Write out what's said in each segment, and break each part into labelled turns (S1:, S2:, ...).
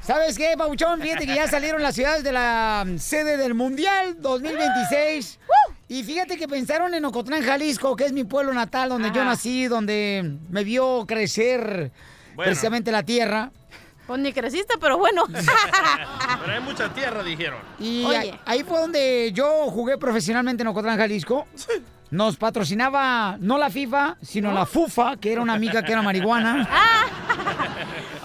S1: ¿Sabes qué, Pauchón? Fíjate que ya salieron las ciudades de la mm, sede del Mundial 2026. Y fíjate que pensaron en Ocotlán, Jalisco, que es mi pueblo natal, donde yo nací, donde me vio crecer
S2: Bueno.
S1: precisamente la tierra.
S3: Pues ni creciste, pero bueno.
S2: Pero hay mucha tierra, dijeron.
S1: Y ahí, ahí fue donde yo jugué profesionalmente en Ocotlán, Jalisco. Nos patrocinaba no la FIFA, sino la FUFA, que era una amiga que era marihuana.
S3: Ah.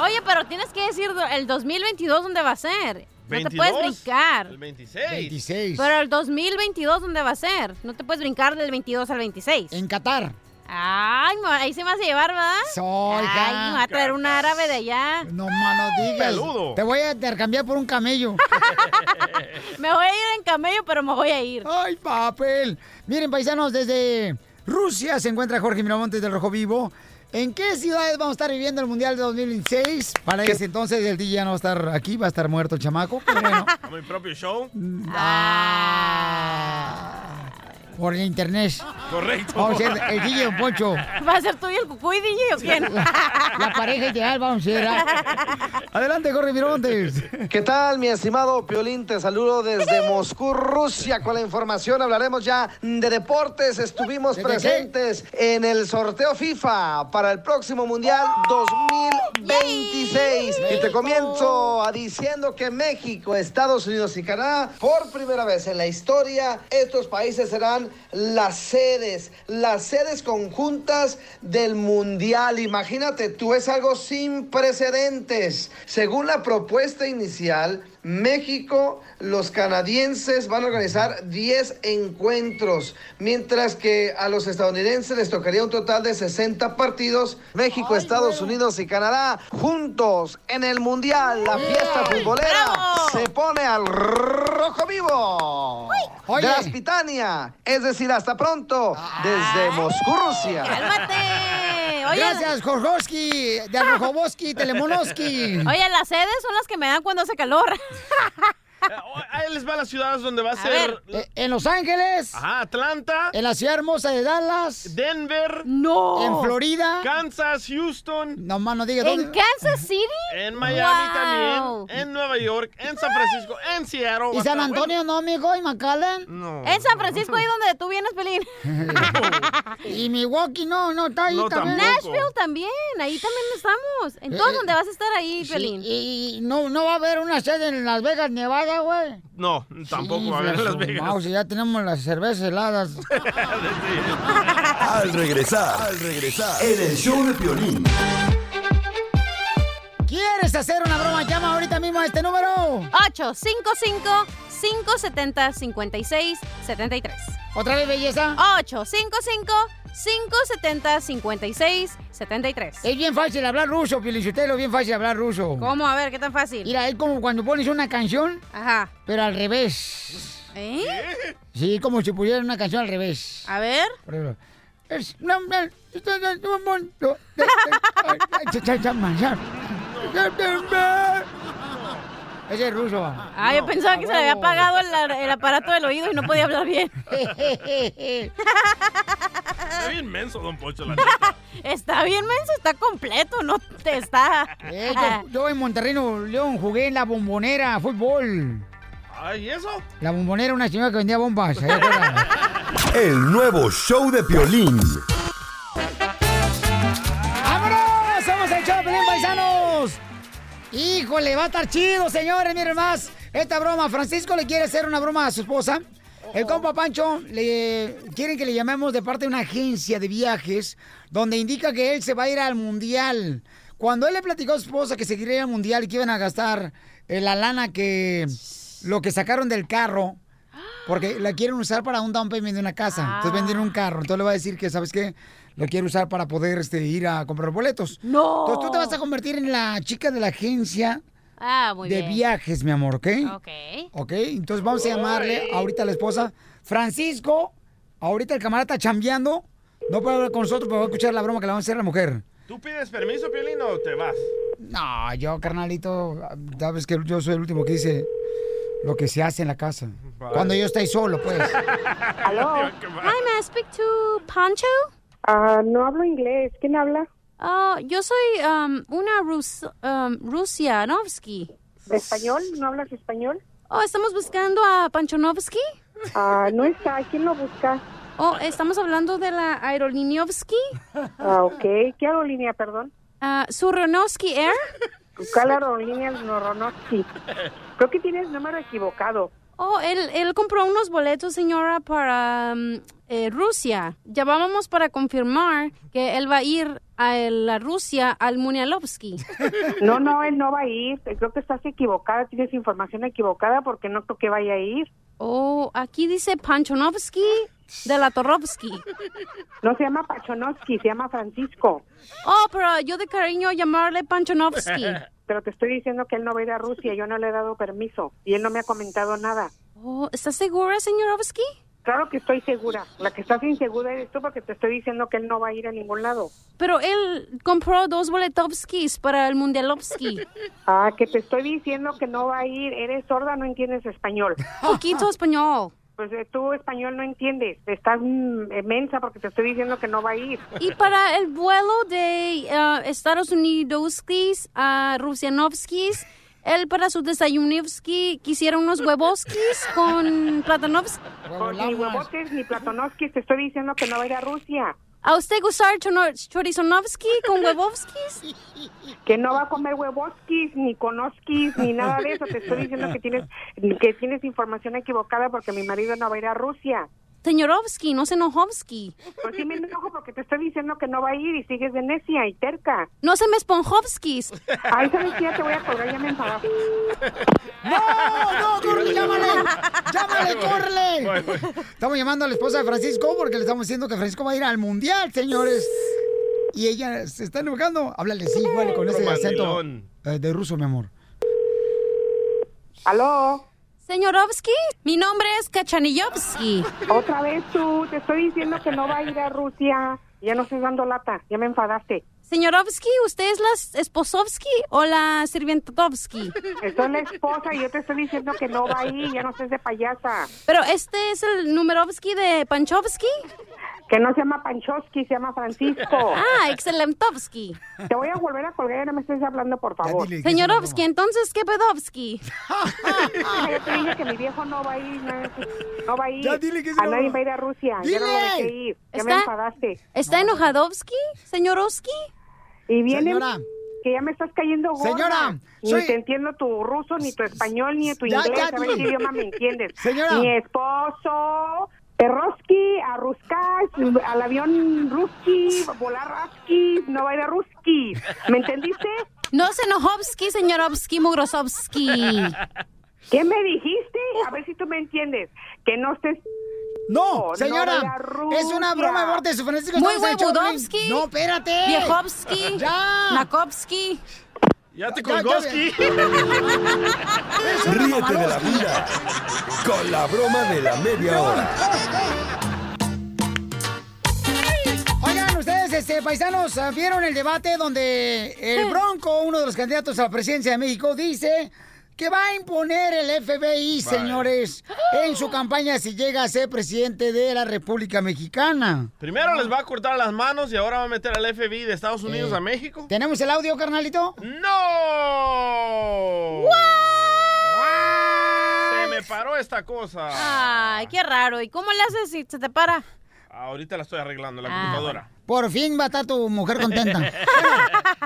S3: Oye, pero tienes que decir do- el 2022 dónde va a ser. No te
S2: 22,
S3: puedes brincar.
S2: El 26.
S1: 26.
S3: Pero el 2022 dónde va a ser. No te puedes brincar del 22 al 26.
S1: En Qatar.
S3: Ay, me va- ahí se me vas a llevar, ¿verdad?
S1: Soy,
S3: Ay, me va a traer un árabe de allá.
S1: No, mano, digas.
S3: peludo.
S1: Te voy a intercambiar por un camello.
S3: Me voy a ir en camello, pero me voy a ir.
S1: ¡Ay, papel! Miren, paisanos, desde Rusia se encuentra Jorge Miramontes del Rojo Vivo. ¿En qué ciudades vamos a estar viviendo el Mundial de 2026? Para ese entonces el DJ ya no va a estar aquí, va a estar muerto el chamaco. Pero bueno,
S2: A mi propio show.
S1: Ah.
S2: Ah.
S1: por el internet.
S2: Correcto.
S1: Vamos a ser el DJ Don Poncho.
S3: ¿Va a ser tú y el cucuy, DJ, o quién?
S1: La pareja ideal, vamos a ser. Adelante, Jorge Miramontes.
S4: ¿Qué tal, mi estimado Piolín? Te saludo desde Moscú, Rusia, con la información. Hablaremos ya de deportes. Estuvimos
S5: ¿De qué, qué?
S4: presentes en el sorteo FIFA para el próximo Mundial 2026. Y te comienzo a diciendo que México, Estados Unidos y Canadá, por primera vez en la historia, estos países serán las sedes, las sedes conjuntas del Mundial. Imagínate, tú es algo sin precedentes. Según la propuesta inicial, México, los canadienses van a organizar 10 encuentros, mientras que a los estadounidenses les tocaría un total de 60 partidos. México, Estados Unidos y Canadá juntos en el Mundial. La fiesta futbolera se pone al rojo vivo.
S1: Oye.
S4: De las Pitania, es decir, hasta pronto desde Moscú, Rusia.
S3: Oye.
S1: Gracias, Jorgoski, de Rojoboski, Telemonoski.
S3: Oye, las sedes son las que me dan cuando hace calor.
S2: Ahí les va a las ciudades donde va a, ser.
S1: ver. En Los Ángeles.
S2: Ajá, Atlanta.
S1: eh, En la ciudad hermosa de Dallas.
S2: Denver.
S3: No.
S1: En Florida.
S2: Kansas, Houston.
S1: No más no digas
S3: ¿En Kansas City?
S2: En Miami
S3: Wow.
S2: también. En Nueva York. En San Francisco. En Seattle.
S1: ¿Y San Antonio no, amigo? ¿Y McAllen?
S2: No.
S3: En San Francisco, ahí donde tú vienes, Pelín.
S1: ¿Y Milwaukee? No, no, está ahí también.
S3: Nashville también, ahí también estamos. En
S1: Eh,
S3: todo
S1: eh,
S3: donde vas a estar ahí,
S1: Sí,
S3: Pelín.
S1: y, y no, no va a haber una sede en Las Vegas, Nevada, güey.
S2: No, tampoco va a haber en Las Vegas.
S1: Vamos, ya tenemos las cervezas heladas.
S6: Al regresar, al regresar, en el show de Piolín.
S1: ¿Quieres hacer una broma? Llama ahorita mismo a este número.
S3: 855-570-5673.
S1: ¿Otra vez, belleza?
S3: 855-570-5673.
S1: Es bien fácil hablar ruso, Pielichotelo, bien fácil hablar ruso.
S3: ¿Cómo? A ver, ¿qué tan fácil?
S1: Mira, es como cuando pones una canción,
S3: Ajá.
S1: pero al revés.
S3: ¿Eh?
S1: Sí, como si pusieran una canción al revés.
S3: A ver.
S1: Por ejemplo, es una- una- esto es un mundo de- de- de- de- de- de- de- Ese es ruso.
S3: Ah, yo pensaba que se le había apagado el, ar- el aparato del oído y no podía hablar bien.
S2: Está bien menso, don Pocho, la neta.
S3: está bien, menso, está completo, no te está.
S1: Eh, yo, yo en Monterrey, Nuevo León, jugué en la bombonera, fútbol.
S2: Ay, ¿y eso?
S1: La bombonera, una señora que vendía bombas. ¿se acuerdan?
S6: El nuevo show de Piolín.
S1: ¡Vámonos! ¡Somos el show, de Pelín, paisanos! Híjole, va a estar chido, señores, miren más. Esta broma, Francisco le quiere hacer una broma a su esposa. El compa Pancho le quieren que le llamemos de parte de una agencia de viajes donde indica que él se va a ir al mundial. Cuando él le platicó a su esposa que se quería ir al mundial y que iban a gastar eh, la lana que lo que sacaron del carro, porque la quieren usar para un down payment de una casa.
S3: Ah.
S1: Entonces vendieron un carro. Entonces le va a decir que, ¿sabes qué? Lo quiero usar para poder este, ir a comprar boletos.
S3: ¡No!
S1: Entonces tú te vas a convertir en la chica de la agencia
S3: Ah, muy
S1: de
S3: bien.
S1: viajes, mi amor, ¿ok?
S3: Ok.
S1: Ok, entonces vamos a llamarle ahorita a la esposa. Francisco, ahorita el camarada está chambeando. No puede hablar con nosotros, pero va a escuchar la broma que le vamos a hacer a la mujer.
S2: ¿Tú pides permiso, Piolín, o te vas?
S1: No, yo, carnalito, sabes que yo soy el último que dice lo que se hace en la casa. Cuando yo estoy solo, pues.
S5: Hello.
S3: Hi, may I speak to Pancho?
S5: Ah, no hablo inglés. ¿Quién habla?
S3: Oh, yo soy um, una Rus um, Rusianovsky.
S5: ¿De español? ¿No hablas español?
S3: Oh, estamos buscando a Panchonovsky.
S5: Ah, no está. ¿Quién lo busca?
S3: Oh, estamos hablando de la Aeroliniovsky.
S5: Ah, ok. ¿Qué aerolínea, perdón?
S3: Ah, Surionovsky Air.
S5: ¿Cuál aerolínea? Noronovsky. Creo que tienes número equivocado.
S3: Oh, él, él compró unos boletos, señora, para mm, eh, Rusia. Llamábamos para confirmar que él va a ir a la Rusia al Munialovsky.
S5: No, no, él no va a ir. Creo que estás equivocada. Tienes información equivocada porque no creo que vaya a ir.
S3: Oh, aquí dice Panchonovsky de la Torovsky.
S5: No se llama Pachonovsky, se llama Francisco.
S3: Oh, pero yo de cariño llamarle Panchonovsky.
S5: Pero te estoy diciendo que él no va a ir a Rusia. Yo no le he dado permiso y él no me ha comentado nada.
S3: Oh, ¿Está segura, señorovsky?
S5: Claro que estoy segura. La que estás insegura eres tú porque te estoy diciendo que él no va a ir a ningún lado.
S3: Pero él compró dos boletovskis para el Mundialovsky.
S5: Ah, que te estoy diciendo que no va a ir. Eres sorda, no entiendes español.
S3: Poquito español.
S5: Pues eh, tú español no entiendes. Estás mm, mensa porque te estoy diciendo que no va a ir.
S3: Y para el vuelo de eh, Estados Unidos a Rusianovskis, él para su desayunovsky quisiera unos huevoskis con platanovsky.
S5: Con ni huevotes ni platonovskis te estoy diciendo que no va a ir a Rusia.
S3: ¿A usted gustar chono- chorizonovsky con huevovskis?
S5: Que no va a comer huevoskis ni konoskis ni nada de eso. Te estoy diciendo que tienes que tienes información equivocada porque mi marido no va a ir a Rusia.
S3: Señorovsky, no senojovsky.
S5: Pues sí me enojo porque te estoy diciendo que no va a ir y sigues de necia y terca.
S3: No se me esponjovskis.
S5: Ay, ¿sabes qué? Ya te voy a colgar, ya me enfadé.
S1: ¡No, no, corre, llámale! ¡Llámale,
S2: Voy,
S1: corre!
S2: voy.
S1: Estamos llamando a la esposa de Francisco porque le estamos diciendo que Francisco va a ir al mundial, señores. Y ella se está enojando. Háblale, sí, igual, con ese
S2: Otro
S1: acento
S2: mandilón.
S1: eh, de ruso, mi amor.
S5: ¿Aló?
S3: Señorovsky, mi nombre es Kachaniyovsky.
S5: Otra vez tú, te estoy diciendo que no va a ir a Rusia. Ya no estés dando lata, ya me enfadaste.
S3: Señorovsky, ¿usted es la Esposovsky o la Sirvientovsky?
S5: Estoy la esposa y yo te estoy diciendo que no va a ir, ya no estés de payasa.
S3: Pero este es el numerovsky de Panchovsky.
S5: Que no se llama Panchowski, se llama Francisco.
S3: Ah, excelentovsky.
S5: Te voy a volver a colgar, ya no me estés hablando, por
S1: Ya
S5: favor.
S1: dile que es una
S3: Señorovsky, entonces qué pedovsky.
S5: Ah, ya te dije que mi viejo no va a ir, no, no va a ir.
S1: Ya dile que es
S5: a
S1: una
S5: nadie
S1: broma.
S5: va a ir a Rusia, ya no lo
S1: Dile.
S5: dejé ir, ya me
S3: Está-
S5: enfadaste.
S3: ¿Está enojadovsky, señorovsky?
S5: Y viene
S1: Señora.
S5: que ya me estás cayendo gorda.
S1: Señora,
S5: Ni
S1: soy-
S5: te entiendo tu ruso, ni tu español, ni tu
S1: Ya,
S5: inglés.
S1: ya,
S5: a ver qué
S1: dile.
S5: idioma me entiendes.
S1: Señora.
S5: Mi esposo... Perroski, a Ruskas, al avión Ruski, volar Ruski, no va a ir a Ruski. ¿Me entendiste?
S3: No senojovsky, señorovsky, mugrosovsky.
S5: ¿Qué me dijiste? A ver si tú me entiendes. Que no estés...
S1: No,
S5: No,
S1: señora,
S5: no era
S1: es una
S5: Rusia.
S1: broma, amor, de su Francisco.
S3: Muy
S1: estamos en el show,
S3: huevudovsky.
S1: Piolín. No, espérate.
S3: Viejovsky,
S1: Ya.
S3: Nakovsky.
S2: Ya te
S1: Ya, ya,
S2: colgóski.
S6: Ríete de la vida con la broma de la media hora.
S1: Oigan, ustedes, este, paisanos, ah, vieron el debate donde el Bronco, uno de los candidatos a la presidencia de México, dice que va a imponer el FBI, señores, en su campaña si llega a ser presidente de la República Mexicana.
S2: Primero les va a cortar las manos y ahora va a meter al FBI de Estados Unidos
S1: Eh.
S2: a México.
S1: ¿Tenemos el audio, carnalito?
S2: ¡No! Se me paró esta cosa.
S3: Ay, qué raro. ¿Y cómo le haces si se te para?
S2: Ahorita la estoy arreglando, la
S3: Ah,
S2: computadora.
S1: Por fin va a estar tu mujer contenta.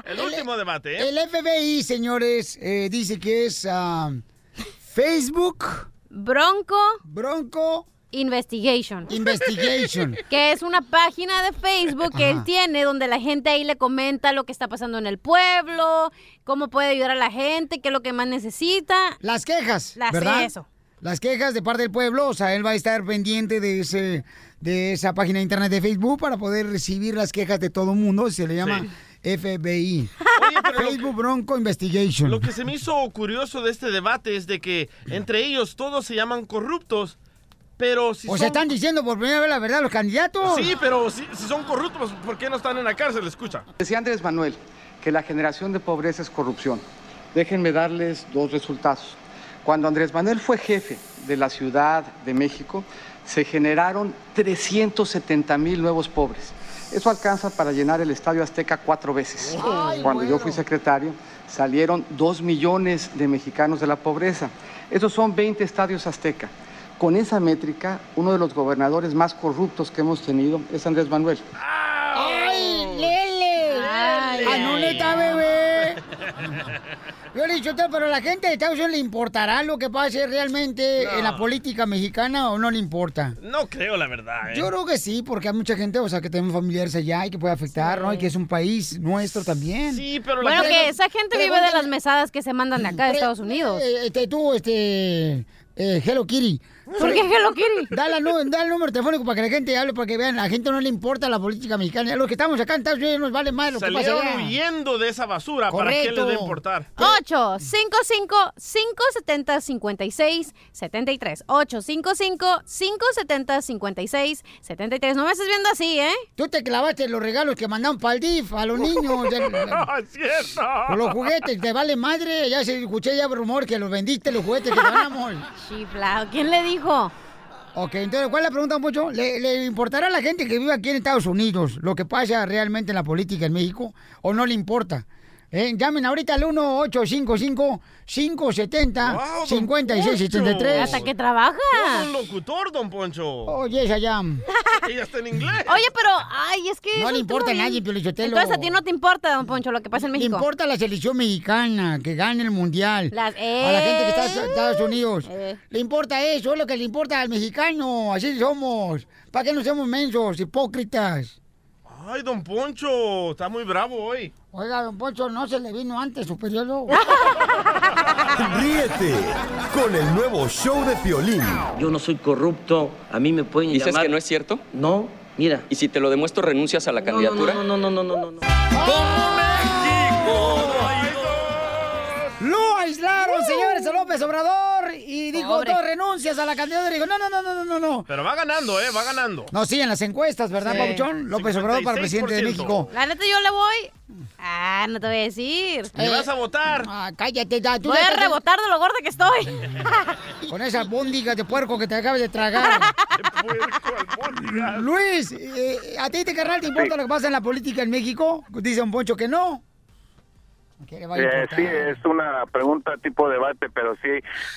S2: El último debate, ¿eh?
S1: El FBI, señores, eh, dice que es ah, Facebook
S3: Bronco
S1: Bronco
S3: Investigation.
S1: Investigation.
S3: que es una página de Facebook que
S1: Ajá.
S3: él tiene donde la gente ahí le comenta lo que está pasando en el pueblo, cómo puede ayudar a la gente, qué es lo que más necesita.
S1: Las quejas,
S3: Las-
S1: ¿verdad?
S3: eso.
S1: Las quejas de parte del pueblo, o sea, él va a estar pendiente de ese de esa página de internet de Facebook para poder recibir las quejas de todo el mundo, se le llama FBI. Facebook Bronco Investigation.
S2: Lo que se me hizo curioso de este debate es de que entre ellos todos se llaman corruptos, pero si
S1: o Pues se
S2: son...
S1: están diciendo por primera vez la verdad los candidatos.
S2: Sí, pero si, si son corruptos, ¿por qué no están en la cárcel? Escucha.
S7: Decía Andrés Manuel que la generación de pobreza es corrupción. Déjenme darles dos resultados. Cuando Andrés Manuel fue jefe de la Ciudad de México, se generaron 370 mil nuevos pobres. Eso alcanza para llenar el Estadio Azteca cuatro veces.
S8: Ay,
S7: Cuando yo
S8: bueno.
S7: fui secretario, salieron dos millones de mexicanos de la pobreza. Esos son 20 estadios Azteca. Con esa métrica, uno de los gobernadores más corruptos que hemos tenido es Andrés Manuel.
S1: ¡Ay, Lele! ¡Ay, no neta, bebé! Yo le he dicho, "Usted, pero a la gente de Estados Unidos le importará lo que pase realmente
S2: No. Eh.
S1: en la política mexicana o no le importa.
S2: No creo, la verdad. ¿eh?
S1: Yo creo que sí, porque hay mucha gente, o sea, que tenemos familiares allá y que puede afectar, ¿no? Y que es un país nuestro también.
S2: Sí, pero
S3: Bueno, que esa gente vive de las mesadas que se mandan de acá de Estados Unidos.
S1: Este, tú, este, eh, Hello Kitty.
S3: ¿Por qué Hello
S1: Kitty? Da, la nu- da el número telefónico para que la gente hable, para que vean, a la gente no le importa la política mexicana. A los que estamos acá en Estados Unidos nos vale más lo que pasa
S2: Salieron
S1: allá.
S2: huyendo de esa basura. ¿Para qué les
S1: Correcto.
S2: va a importar?
S3: 8 55 570 56 73 855 570 56 73 No me estés viendo así, ¿eh?
S1: Tú te clavaste los regalos que mandaron para el DIF a los niños. Con los juguetes, te vale madre. Ya se escuché ya rumor que los vendiste, los juguetes que ganamos.
S3: Chiflao, ¿quién le dijo?
S1: Ok, entonces, ¿cuál es la pregunta, mucho? ¿Le, le importará a la gente que vive aquí en Estados Unidos lo que pasa realmente en la política en México o no le importa? Eh, llamen ahorita al 1-855-570-5673.
S3: trabaja.
S2: Es un locutor, don Poncho.
S1: Oye, Sayam.
S2: Ella está en inglés.
S3: Oye, pero, ay, es que.
S1: No
S3: es
S1: le
S3: un
S1: importa
S3: tema
S1: a nadie,
S3: bien-
S1: Piolichotelo.
S3: Entonces a ti no te importa, don Poncho, lo que pasa en
S1: Le
S3: México.
S1: importa la selección mexicana que gane el mundial.
S3: Las-
S1: A la gente que está
S3: ¡Eh!
S1: en Estados Unidos.
S3: Eh.
S1: Le importa eso, es lo que le importa al mexicano. Así somos. ¿Para qué no somos mensos, hipócritas?
S2: Ay, don Poncho, está muy bravo hoy.
S1: Oiga, don Poncho, no se le vino antes su periodo.
S6: Ríete con el nuevo show de Piolín.
S9: Yo no soy corrupto, a mí me pueden
S4: ¿Dices
S9: llamar.
S4: que no es cierto?
S9: No, mira.
S4: ¿Y si te lo demuestro, renuncias a la candidatura?
S9: No, no, no, no, no, no. no.
S1: Lo aislaron,
S10: ¡Woo!
S1: señores, a López Obrador. Y dijo,
S2: Pobre.
S1: no renuncias a la candidatura. Y dijo, no, no, no, no, no, no.
S2: Pero va ganando, ¿eh? Va ganando.
S1: No, sí, en las encuestas, ¿verdad,
S2: Sí.
S1: Pabuchón? López Obrador para presidente de
S2: 56%.
S1: México.
S3: La neta, yo le voy. Ah, no te voy a decir.
S1: ¿Me vas a
S2: votar?
S1: Ah, cállate, ya. Tú
S3: voy a
S1: déjate-
S3: rebotar de lo gorda que estoy.
S1: Con esas bóndigas de puerco que te acabas de tragar. Luis, eh, ¿a ti te carnal te importa lo que pasa en la política en México? Dice un poncho que no. Que le vaya a
S11: Eh,
S1: importar.
S11: sí, es una pregunta tipo debate, pero sí,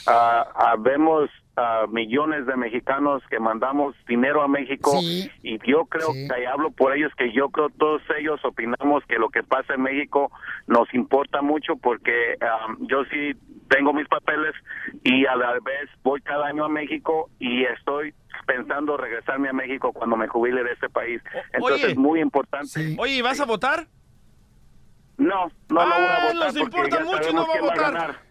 S11: ah, ah, vemos a millones de mexicanos que mandamos dinero a México y yo creo que ahí hablo por ellos que yo creo todos ellos opinamos que lo que pasa en México nos importa mucho porque ah, yo sí tengo mis papeles y a la vez voy cada año a México y estoy pensando regresarme a México cuando me jubile de este país. Entonces
S2: oye.
S11: es muy importante.
S2: Oye, ¿y vas a votar?
S11: No, no lo voy a
S2: Ah, los
S11: votar porque
S2: importa
S11: ya
S2: mucho y no
S11: sabemos
S2: va a
S11: quién
S2: votar.
S11: ganar.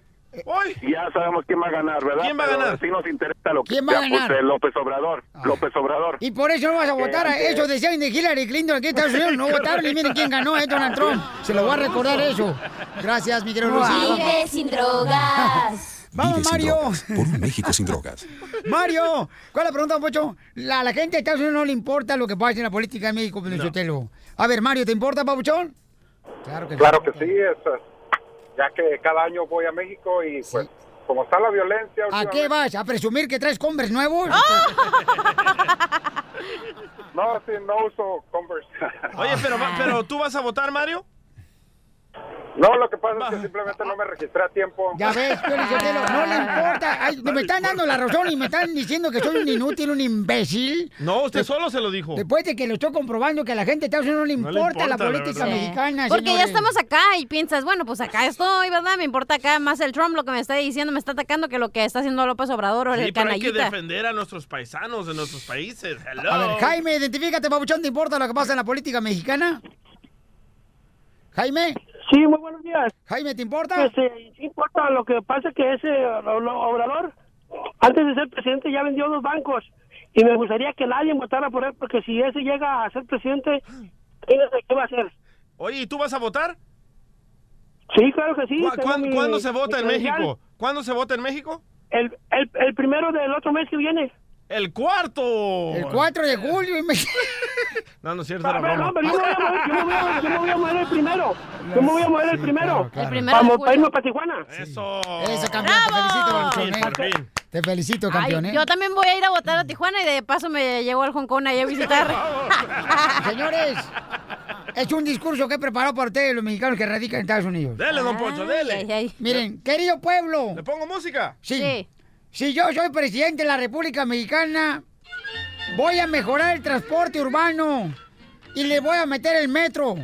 S2: Hoy.
S11: Ya sabemos quién va a ganar, ¿verdad?
S2: ¿Quién va a
S11: Pero
S2: ganar?
S11: Sí nos interesa lo que
S1: ¿Quién va a
S11: ya
S1: ganar? Ah.
S11: puse López Obrador. López Obrador.
S1: Y por eso no vas a
S11: Que
S1: votar.
S11: antes-
S1: Eso decían de Hillary Clinton aquí en Estados Unidos. No votaron y miren quién ganó, eh, Donald Trump. Se lo voy a recordar eso. Gracias, mi querido Luis.
S10: Vive sin drogas.
S1: Vamos,
S12: Vive sin
S1: Mario.
S12: drogas, por un México sin drogas.
S1: Mario, ¿cuál es la pregunta, Pocho? La, la gente de Estados Unidos no le importa lo que pasa en la política en México, Pio Sotelo. A ver, Mario, ¿te importa, Pabuchón? Claro que
S13: Claro que sí, es, eh, ya que cada año voy a México y pues como está la violencia...
S1: ¿A qué vas? ¿A presumir que traes Converse nuevos?
S13: No, sí, no uso Converse.
S2: Oye, pero,
S3: Ah.
S2: va- pero tú vas a votar, Mario. Ah.
S13: No, lo que pasa es que simplemente no me registré a tiempo.
S1: Ya ves, Pio Lizotelo, no le importa. Ay, me están dando la razón y me están diciendo que soy un inútil, un imbécil.
S2: No, usted solo se lo dijo.
S1: Después de que lo estoy comprobando que a la gente de Estados Unidos no le
S2: No le
S1: importa, la
S2: importa, la
S1: política
S2: verdad.
S1: mexicana.
S3: Porque ya
S1: señores.
S3: estamos acá y piensas, bueno, pues acá estoy, ¿verdad? Me importa acá más el Trump lo que me está diciendo, me está atacando que lo que está haciendo López Obrador o
S2: Sí,
S3: el
S2: pero hay que
S3: canallita.
S2: defender a nuestros paisanos de nuestros países. Hello.
S1: A ver, Jaime, identifícate, Pabuchón, ¿te importa lo que pasa en la política mexicana? Jaime.
S14: Sí, muy buenos días.
S1: Jaime, ¿te importa?
S14: Pues, eh, sí importa, lo que pasa es que ese lo- lo- Obrador, antes de ser presidente, ya vendió dos bancos. Y me gustaría que nadie votara por él, porque si ese llega a ser presidente, imagínate qué va a hacer.
S2: Oye, ¿y tú vas a votar?
S14: Sí, claro que sí.
S2: ¿Cu-
S14: tengo
S2: cuán-
S14: mi-
S2: ¿Cuándo se vota
S14: mi
S2: en
S14: credencial.
S2: México? ¿Cuándo se vota en México?
S14: El, el, el primero del otro mes que viene.
S2: ¡El cuarto!
S1: El 4 de julio.
S2: No, no es cierto,
S14: A
S2: era
S14: ver,
S2: broma.
S14: no, pero Ah, yo me voy a mover, yo me voy a, yo me voy a mover el primero. Yo me voy a mover
S2: Sí,
S14: el primero.
S2: claro, claro. El primero
S14: Vamos,
S2: de
S14: para irme
S2: julio.
S14: para Tijuana.
S2: Eso.
S1: Eso, campeón, te felicito,
S3: ¡Bravo!
S1: campeón,
S3: Por
S1: eh. Te felicito,
S3: Ay,
S1: campeón, eh.
S3: yo también voy a ir a votar a Tijuana y de paso me llevo al Hong Kong ahí a visitar.
S1: Señores, es un discurso que he preparado para ustedes, los mexicanos que radican en Estados Unidos.
S2: Dele, don Poncho, dele.
S1: Miren, querido pueblo. ¿Le
S2: pongo música?
S1: Sí. Si yo soy presidente de la República Mexicana, voy a mejorar el transporte urbano y le voy a meter el metro.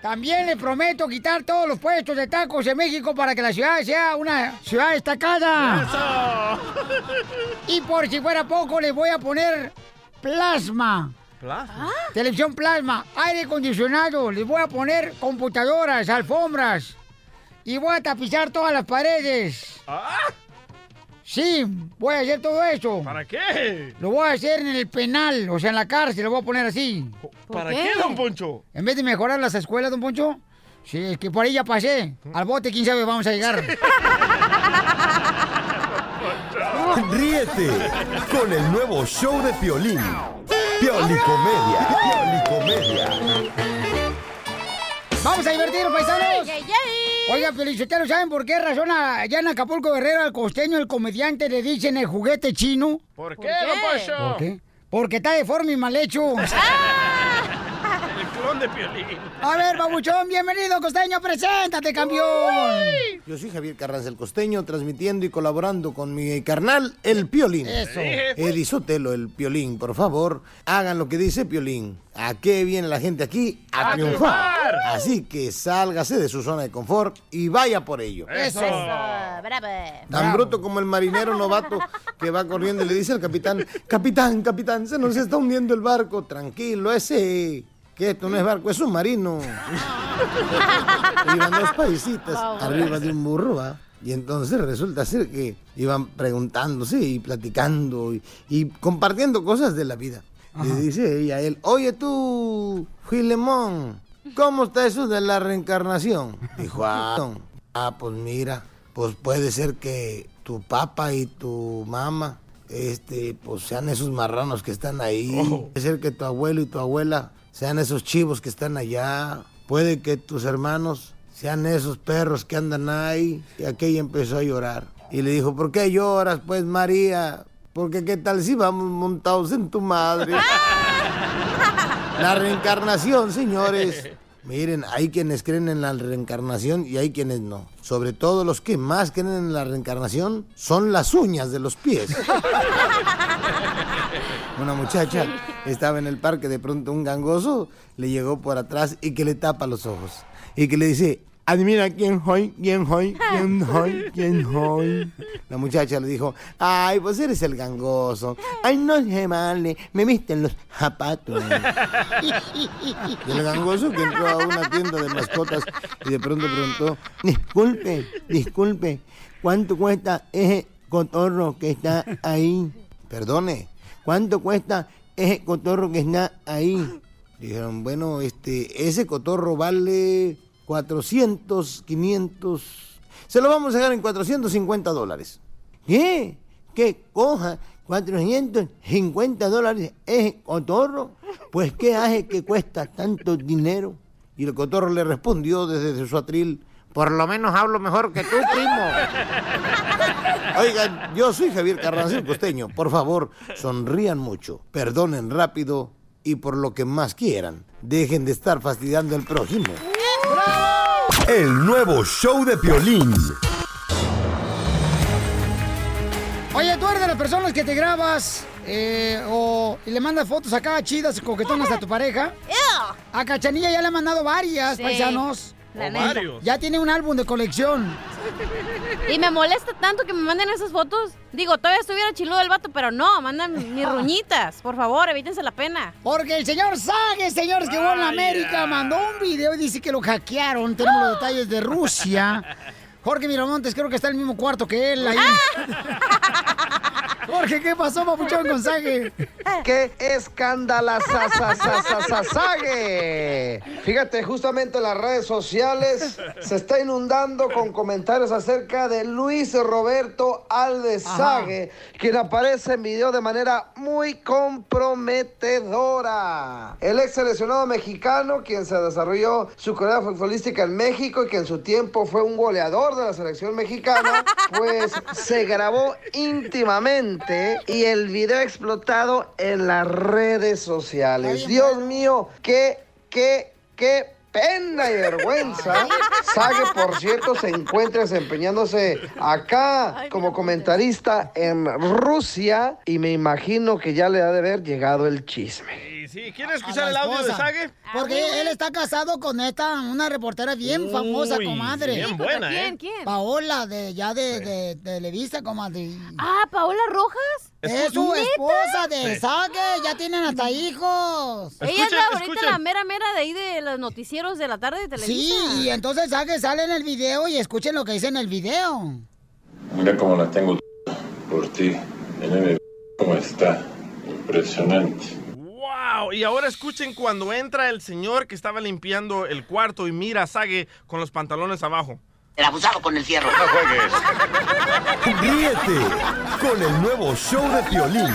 S1: También le prometo quitar todos los puestos de tacos en México para que la ciudad sea una ciudad destacada.
S2: Ah.
S1: Y por si fuera poco, le voy a poner plasma. Televisión plasma, aire acondicionado, les voy a poner computadoras, alfombras y voy a tapizar todas las paredes.
S2: Ah.
S1: Sí, voy a hacer todo eso.
S2: ¿Para qué?
S1: Lo voy a hacer en el penal, o sea, en la cárcel, lo voy a poner así.
S2: ¿Para qué? qué, don Poncho?
S1: En vez de mejorar las escuelas, don Poncho. Sí, es que por ahí ya pasé. Al bote, quién sabe, vamos a llegar.
S6: Ríete con el nuevo show de Piolín. Piolicomedia. Piolicomedia.
S1: Vamos a divertirnos, paisanos. Oiga, Felicitero, ¿saben por qué razón a- allá en Acapulco Guerrero al costeño, el comediante, le dicen el juguete chino?
S2: ¿Por qué, don Poncho?
S1: ¿Por qué? Porque está deforme y mal hecho. Ah.
S3: ¡Ah!
S2: El clon de Piolín.
S1: A ver, babuchón, bienvenido, costeño, preséntate, campeón.
S15: Yo soy Javier Carranza el Costeño, transmitiendo y colaborando con mi carnal, el Piolín.
S1: Eso.
S15: Eddie Sotelo, el Piolín, por favor, hagan lo que dice Piolín. ¿A qué viene la gente aquí? A,
S16: ¡A
S15: triunfar.
S16: triunfar!
S15: Así que sálgase de su zona de confort y vaya por ello.
S3: bravo.
S15: Tan bruto como el marinero novato que va corriendo y le dice al capitán, capitán, capitán, se nos está hundiendo el barco, tranquilo, ese, que esto no es barco, es submarino. Iban dos paisitas
S16: Vamos.
S15: arriba de un burro, ¿va? Y entonces resulta ser que iban preguntándose y platicando y, y compartiendo cosas de la vida. Y dice ella a él, oye tú, Gilemón, ¿cómo está eso de la reencarnación? Dijo, ah, ah, pues mira, pues puede ser que tu papá y tu mamá, este, pues sean esos marranos que están ahí. Puede ser que tu abuelo y tu abuela sean esos chivos que están allá. Puede que tus hermanos sean esos perros que andan ahí. Y aquella empezó a llorar. Y le dijo, ¿por qué lloras, pues, María? Porque qué tal si vamos montados en tu madre. La reencarnación, señores. Miren, hay quienes creen en la reencarnación y hay quienes no. Sobre todo los que más creen en la reencarnación son las uñas de los pies. Una muchacha estaba en el parque, de pronto un gangoso le llegó por atrás y que le tapa los ojos. Y que le dice, admira quién soy, quién soy, quién soy, quién soy. La muchacha le dijo, ay, pues eres el gangoso. Ay, no se vale, me viste en los zapatos. Y el gangoso que entró a una tienda de mascotas y de pronto preguntó, disculpe, disculpe, ¿cuánto cuesta ese cotorro que está ahí? Perdone, ¿cuánto cuesta ese cotorro que está ahí? Dijeron, bueno, este, ese cotorro vale 400, 500, se lo vamos a dejar en 450 dólares. ¿Qué? ¿Qué coja 450 dólares ese cotorro? Pues ¿qué hace que cuesta tanto dinero? Y el cotorro le respondió desde su atril, por lo menos hablo mejor que tú, primo. Oigan, yo soy Javier Carranza el Costeño. Por favor, sonrían mucho, perdonen rápido y por lo que más quieran, dejen de estar fastidiando al prójimo.
S6: El nuevo show de Piolín.
S1: Oye, tú eres de las personas que te grabas eh, o y le mandas fotos acá chidas, coquetonas a tu pareja. A Cachanilla ya le han mandado varias,
S3: Sí,
S1: paisanos.
S3: la O neta. varios.
S1: Ya tiene un álbum de colección.
S3: Y me molesta tanto que me manden esas fotos. Digo, todavía estuviera chiludo el vato, pero no, mandan mis ruñitas. Por favor, evítense la pena.
S1: Porque el señor Sague, señores, que jugó en la América, mandó un video y dice que lo hackearon. Tenemos los detalles de
S2: Ah.
S1: Rusia. Jorge Miramontes creo que está en el mismo cuarto que él ahí. Jorge, ¿qué pasó, papuchón Gonzague?
S4: ¡Qué escándalazazazazazague! Fíjate, justamente las redes sociales se está inundando con comentarios acerca de Luis Roberto Alves
S16: Ajá.
S4: Sague, quien aparece en video de manera muy comprometedora. El ex seleccionado mexicano, quien se desarrolló su carrera futbolística en México y que en su tiempo fue un goleador de la selección mexicana, pues se grabó íntimamente y el video ha explotado en las redes sociales. Dios mío, qué, qué, qué pena y vergüenza. Sage, por cierto, se encuentra desempeñándose acá como comentarista en Rusia y me imagino que ya le ha de haber llegado el chisme.
S2: Sí, sí. ¿Quieres escuchar el audio de
S1: esposa.
S2: Sage?
S1: Porque él está casado con esta, una reportera bien
S2: Uy,
S1: famosa, comadre.
S2: bien buena, ¿Quién, ¿eh?
S3: quién?
S1: Paola, de, ya de, de- de Televisa, comadre.
S3: Ah, Paola Rojas.
S1: Es su
S3: ¿Neta?
S1: esposa de
S3: Sí.
S1: Sague, ya tienen
S2: Mm.
S1: hasta hijos.
S3: Ella es la, ahorita la mera mera de ahí de los noticieros de la tarde de Televisa.
S1: Sí, y entonces Sague sale en el video y escuchen lo que dice en el video.
S17: Mira cómo la tengo por ti. Mira mi cómo está. Impresionante.
S2: ¡Wow! Y ahora escuchen cuando entra el señor que estaba limpiando el cuarto y mira a Sage con los pantalones abajo.
S18: El abusado con el fierro.
S2: No juegues.
S6: Ríete con el nuevo show de Piolín.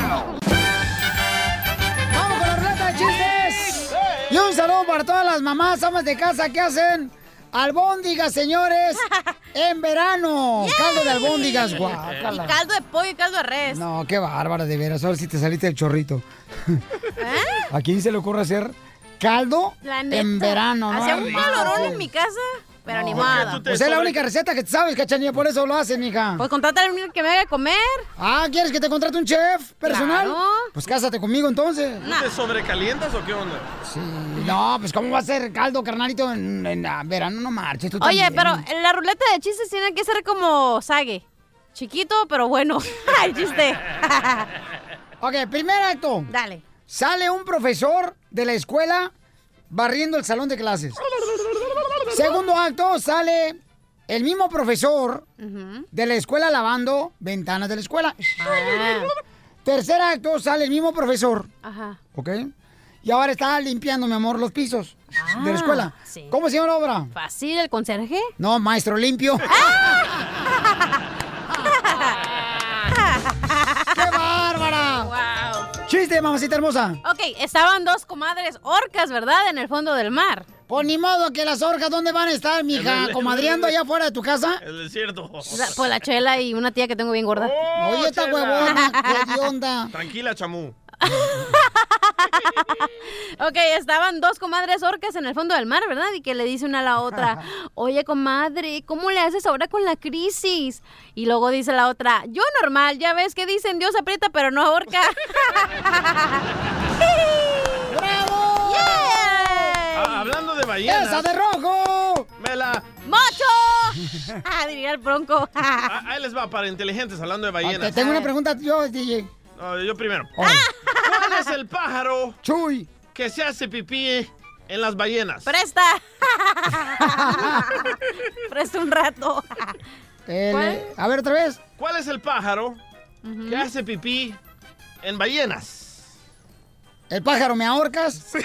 S1: ¡Vamos con la ruleta de chistes! Y un saludo para todas las mamás, amas de casa que hacen albóndigas, señores, en verano. Caldo de albóndigas, guau.
S3: Y caldo de pollo y caldo de res.
S1: No, qué bárbara, de veras. Ahora sí te saliste el chorrito.
S3: ¿Eh?
S1: ¿A quién se le ocurre hacer caldo
S3: La neta.
S1: en verano? no?
S3: Hacía un calorón en mi casa, pero ni nada.
S1: Pues es la única receta que sabes, cachanilla, por eso lo haces, mija.
S3: Pues contrátale a alguien que me haga comer.
S1: Ah, ¿quieres que te contrate un chef personal?
S3: Claro.
S1: Pues cásate conmigo entonces.
S2: ¿Tú te sobrecalientas o qué onda?
S1: Sí. No, pues ¿cómo va a ser caldo, carnalito, en, en ah, verano? No marches tú
S3: Oye,
S1: también.
S3: pero eh, en la ruleta de chistes tiene que ser como sague. Chiquito, pero bueno. El chiste.
S1: Ok, primer acto.
S3: Dale.
S1: Sale un profesor de la escuela barriendo el salón de clases. Segundo acto, sale el mismo profesor de la escuela lavando ventanas de la escuela.
S3: Ah.
S1: Tercer acto, sale el mismo profesor,
S3: Ajá.
S1: ¿ok? Y ahora está limpiando, mi amor, los pisos de la escuela.
S3: Ah, sí.
S1: ¿Cómo se llama la obra?
S3: Fácil, el conserje. Ah.
S1: No, maestro limpio. ¡Qué bárbara! Chiste, mamacita hermosa.
S3: Ok, estaban dos comadres orcas, ¿verdad? En el fondo del mar.
S1: Pues ni modo que las orcas, ¿dónde van a estar,
S3: En
S1: mija?
S3: el-
S1: ¿Comadreando Ah, allá afuera de tu casa?
S2: El desierto. Oh,
S3: La- pues la chela y una tía que tengo bien gorda.
S1: Oye, esta
S3: Chela.
S1: huevona, ¿qué onda?
S2: Tranquila, chamú.
S3: Ok, estaban dos comadres orcas en el fondo del mar, ¿verdad? Y que le dice una a la otra, oye comadre, ¿cómo le haces ahora con la crisis? Y luego dice la otra, yo normal, ya ves que dicen Dios aprieta pero no ahorca.
S1: ¡Bravo!
S2: Ah, hablando de ballenas.
S1: ¡Esa de rojo!
S2: ¡Me la...
S3: ¡Mocho! Ah, diría el bronco.
S2: Ah, Ahí les va para inteligentes hablando de
S1: Ah,
S2: ballenas.
S1: Te tengo una pregunta yo, DJ.
S2: No, yo primero. ¿Cuál es el pájaro
S1: Chuy.
S2: que se hace pipí en las ballenas?
S3: Presta. Presta un rato.
S1: El-
S2: ¿Cuál?
S1: a ver, otra vez.
S2: ¿Cuál es el pájaro que hace pipí en ballenas?
S1: ¿El pájaro me ahorcas?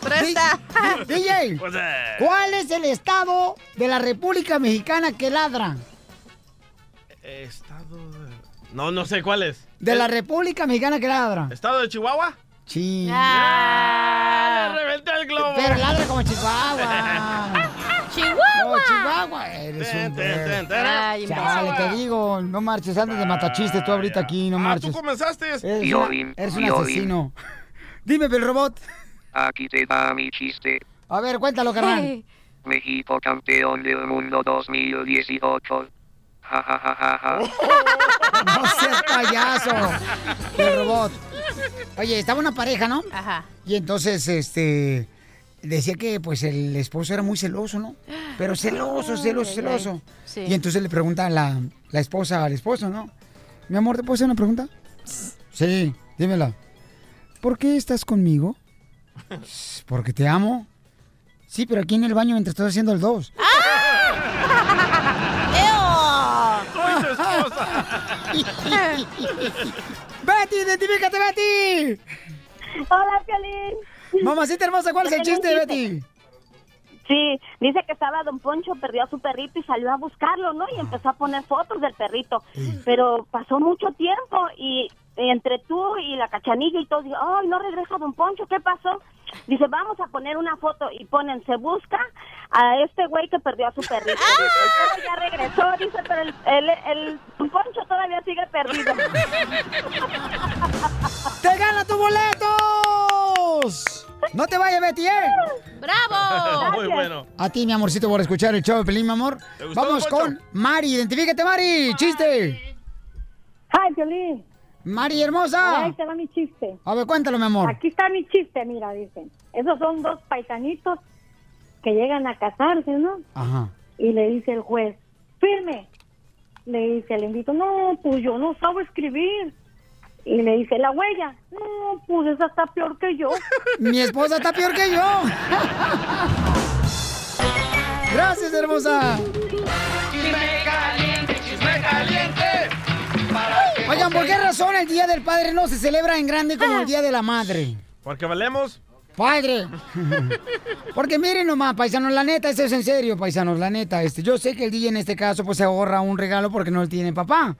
S3: Presta.
S1: DJ, ¿cuál es el estado de la República Mexicana que ladra?
S2: Estado de... No, no sé cuál es. Ah,
S1: De la República Mexicana que ladra.
S2: ¿Estado de Chihuahua?
S1: Sí.
S2: ¡Ah! ¡Le reventé el globo!
S1: Pero ladra como Chihuahua.
S3: Chihuahua.
S1: No, Chihuahua. Eres un perro.
S2: ¿eh?
S3: Ay,
S1: Chale, te digo, no marches, antes de matachiste tú
S2: Ah,
S1: ahorita aquí, no marches.
S2: comenzaste?
S1: Eres,
S19: Yo
S1: una-
S19: vi-
S1: eres un
S19: yo vi.
S1: asesino. Dime, el robot.
S19: Aquí te va mi chiste.
S1: A ver, cuéntalo, carnal.
S19: México campeón del mundo 2018. Ja, ja, ja, ja, ja.
S1: No seas payaso.
S3: Ah.
S1: El robot. Oye, estaba una pareja, ¿no?
S3: Ajá.
S1: Y entonces, este, decía que pues el esposo era muy celoso, ¿no? Pero celoso, celoso,
S3: Ay, ay, ay.
S1: celoso.
S3: Sí.
S1: Y entonces le pregunta la, la esposa al esposo, ¿no? Mi amor, ¿te puedo hacer una pregunta? Sí, dímela. ¿Por qué estás conmigo? Porque te amo. Ah. Sí, pero aquí en el baño mientras estás haciendo el dos.
S3: ¡Eo!
S1: Betty, identifícate, Betty.
S16: Hola, Piolín.
S1: Mamacita hermosa, ¿cuál es el
S16: Yo tengo
S1: chiste,
S16: un
S1: Betty?
S16: Sí, dice que estaba Don Poncho, perdió a su perrito y salió a buscarlo, ¿no? Y empezó a poner fotos del perrito. Pero pasó mucho tiempo y entre tú y la cachanilla y todo, digo, ay, no regresa Don Poncho, ¿qué pasó? Dice, vamos a poner una foto y ponen, se busca a este güey que perdió a su perrito. Dice, el perro ya regresó, dice, pero el, el, el Don Poncho todavía sigue perdido.
S1: ¡Te gana tu boletos! No te vayas, Betty, ¿eh?
S3: ¡Bravo!
S2: Muy bueno.
S1: A ti, mi amorcito, por escuchar el show de Pelín, mi amor.
S2: ¿Te gustó,
S1: Vamos
S2: Poncho?
S1: con Mari. Identifícate, Mari. Chiste.
S18: Hi, Piolín.
S1: Mari, hermosa.
S18: Ahí te va mi chiste.
S1: A ver, cuéntalo, mi amor.
S18: Aquí está mi chiste, mira, dicen. Esos son dos paisanitos que llegan a casarse, ¿no?
S1: Ajá.
S18: Y le dice el juez, firme. Le dice el invito, no, pues yo no sabo escribir. Y le dice la huella, no, pues esa está peor que yo.
S1: Mi esposa está peor que yo. Gracias, hermosa.
S10: Chisme caliente, chisme caliente.
S1: Oigan, ¿por qué razón el Día del Padre no se celebra en grande como el Día de la Madre?
S2: Porque valemos.
S1: Padre. Porque miren nomás, paisanos, la neta, esto es en serio, paisanos, la neta. Este, yo sé que el DJ en este caso pues se ahorra un regalo porque no lo tiene papá.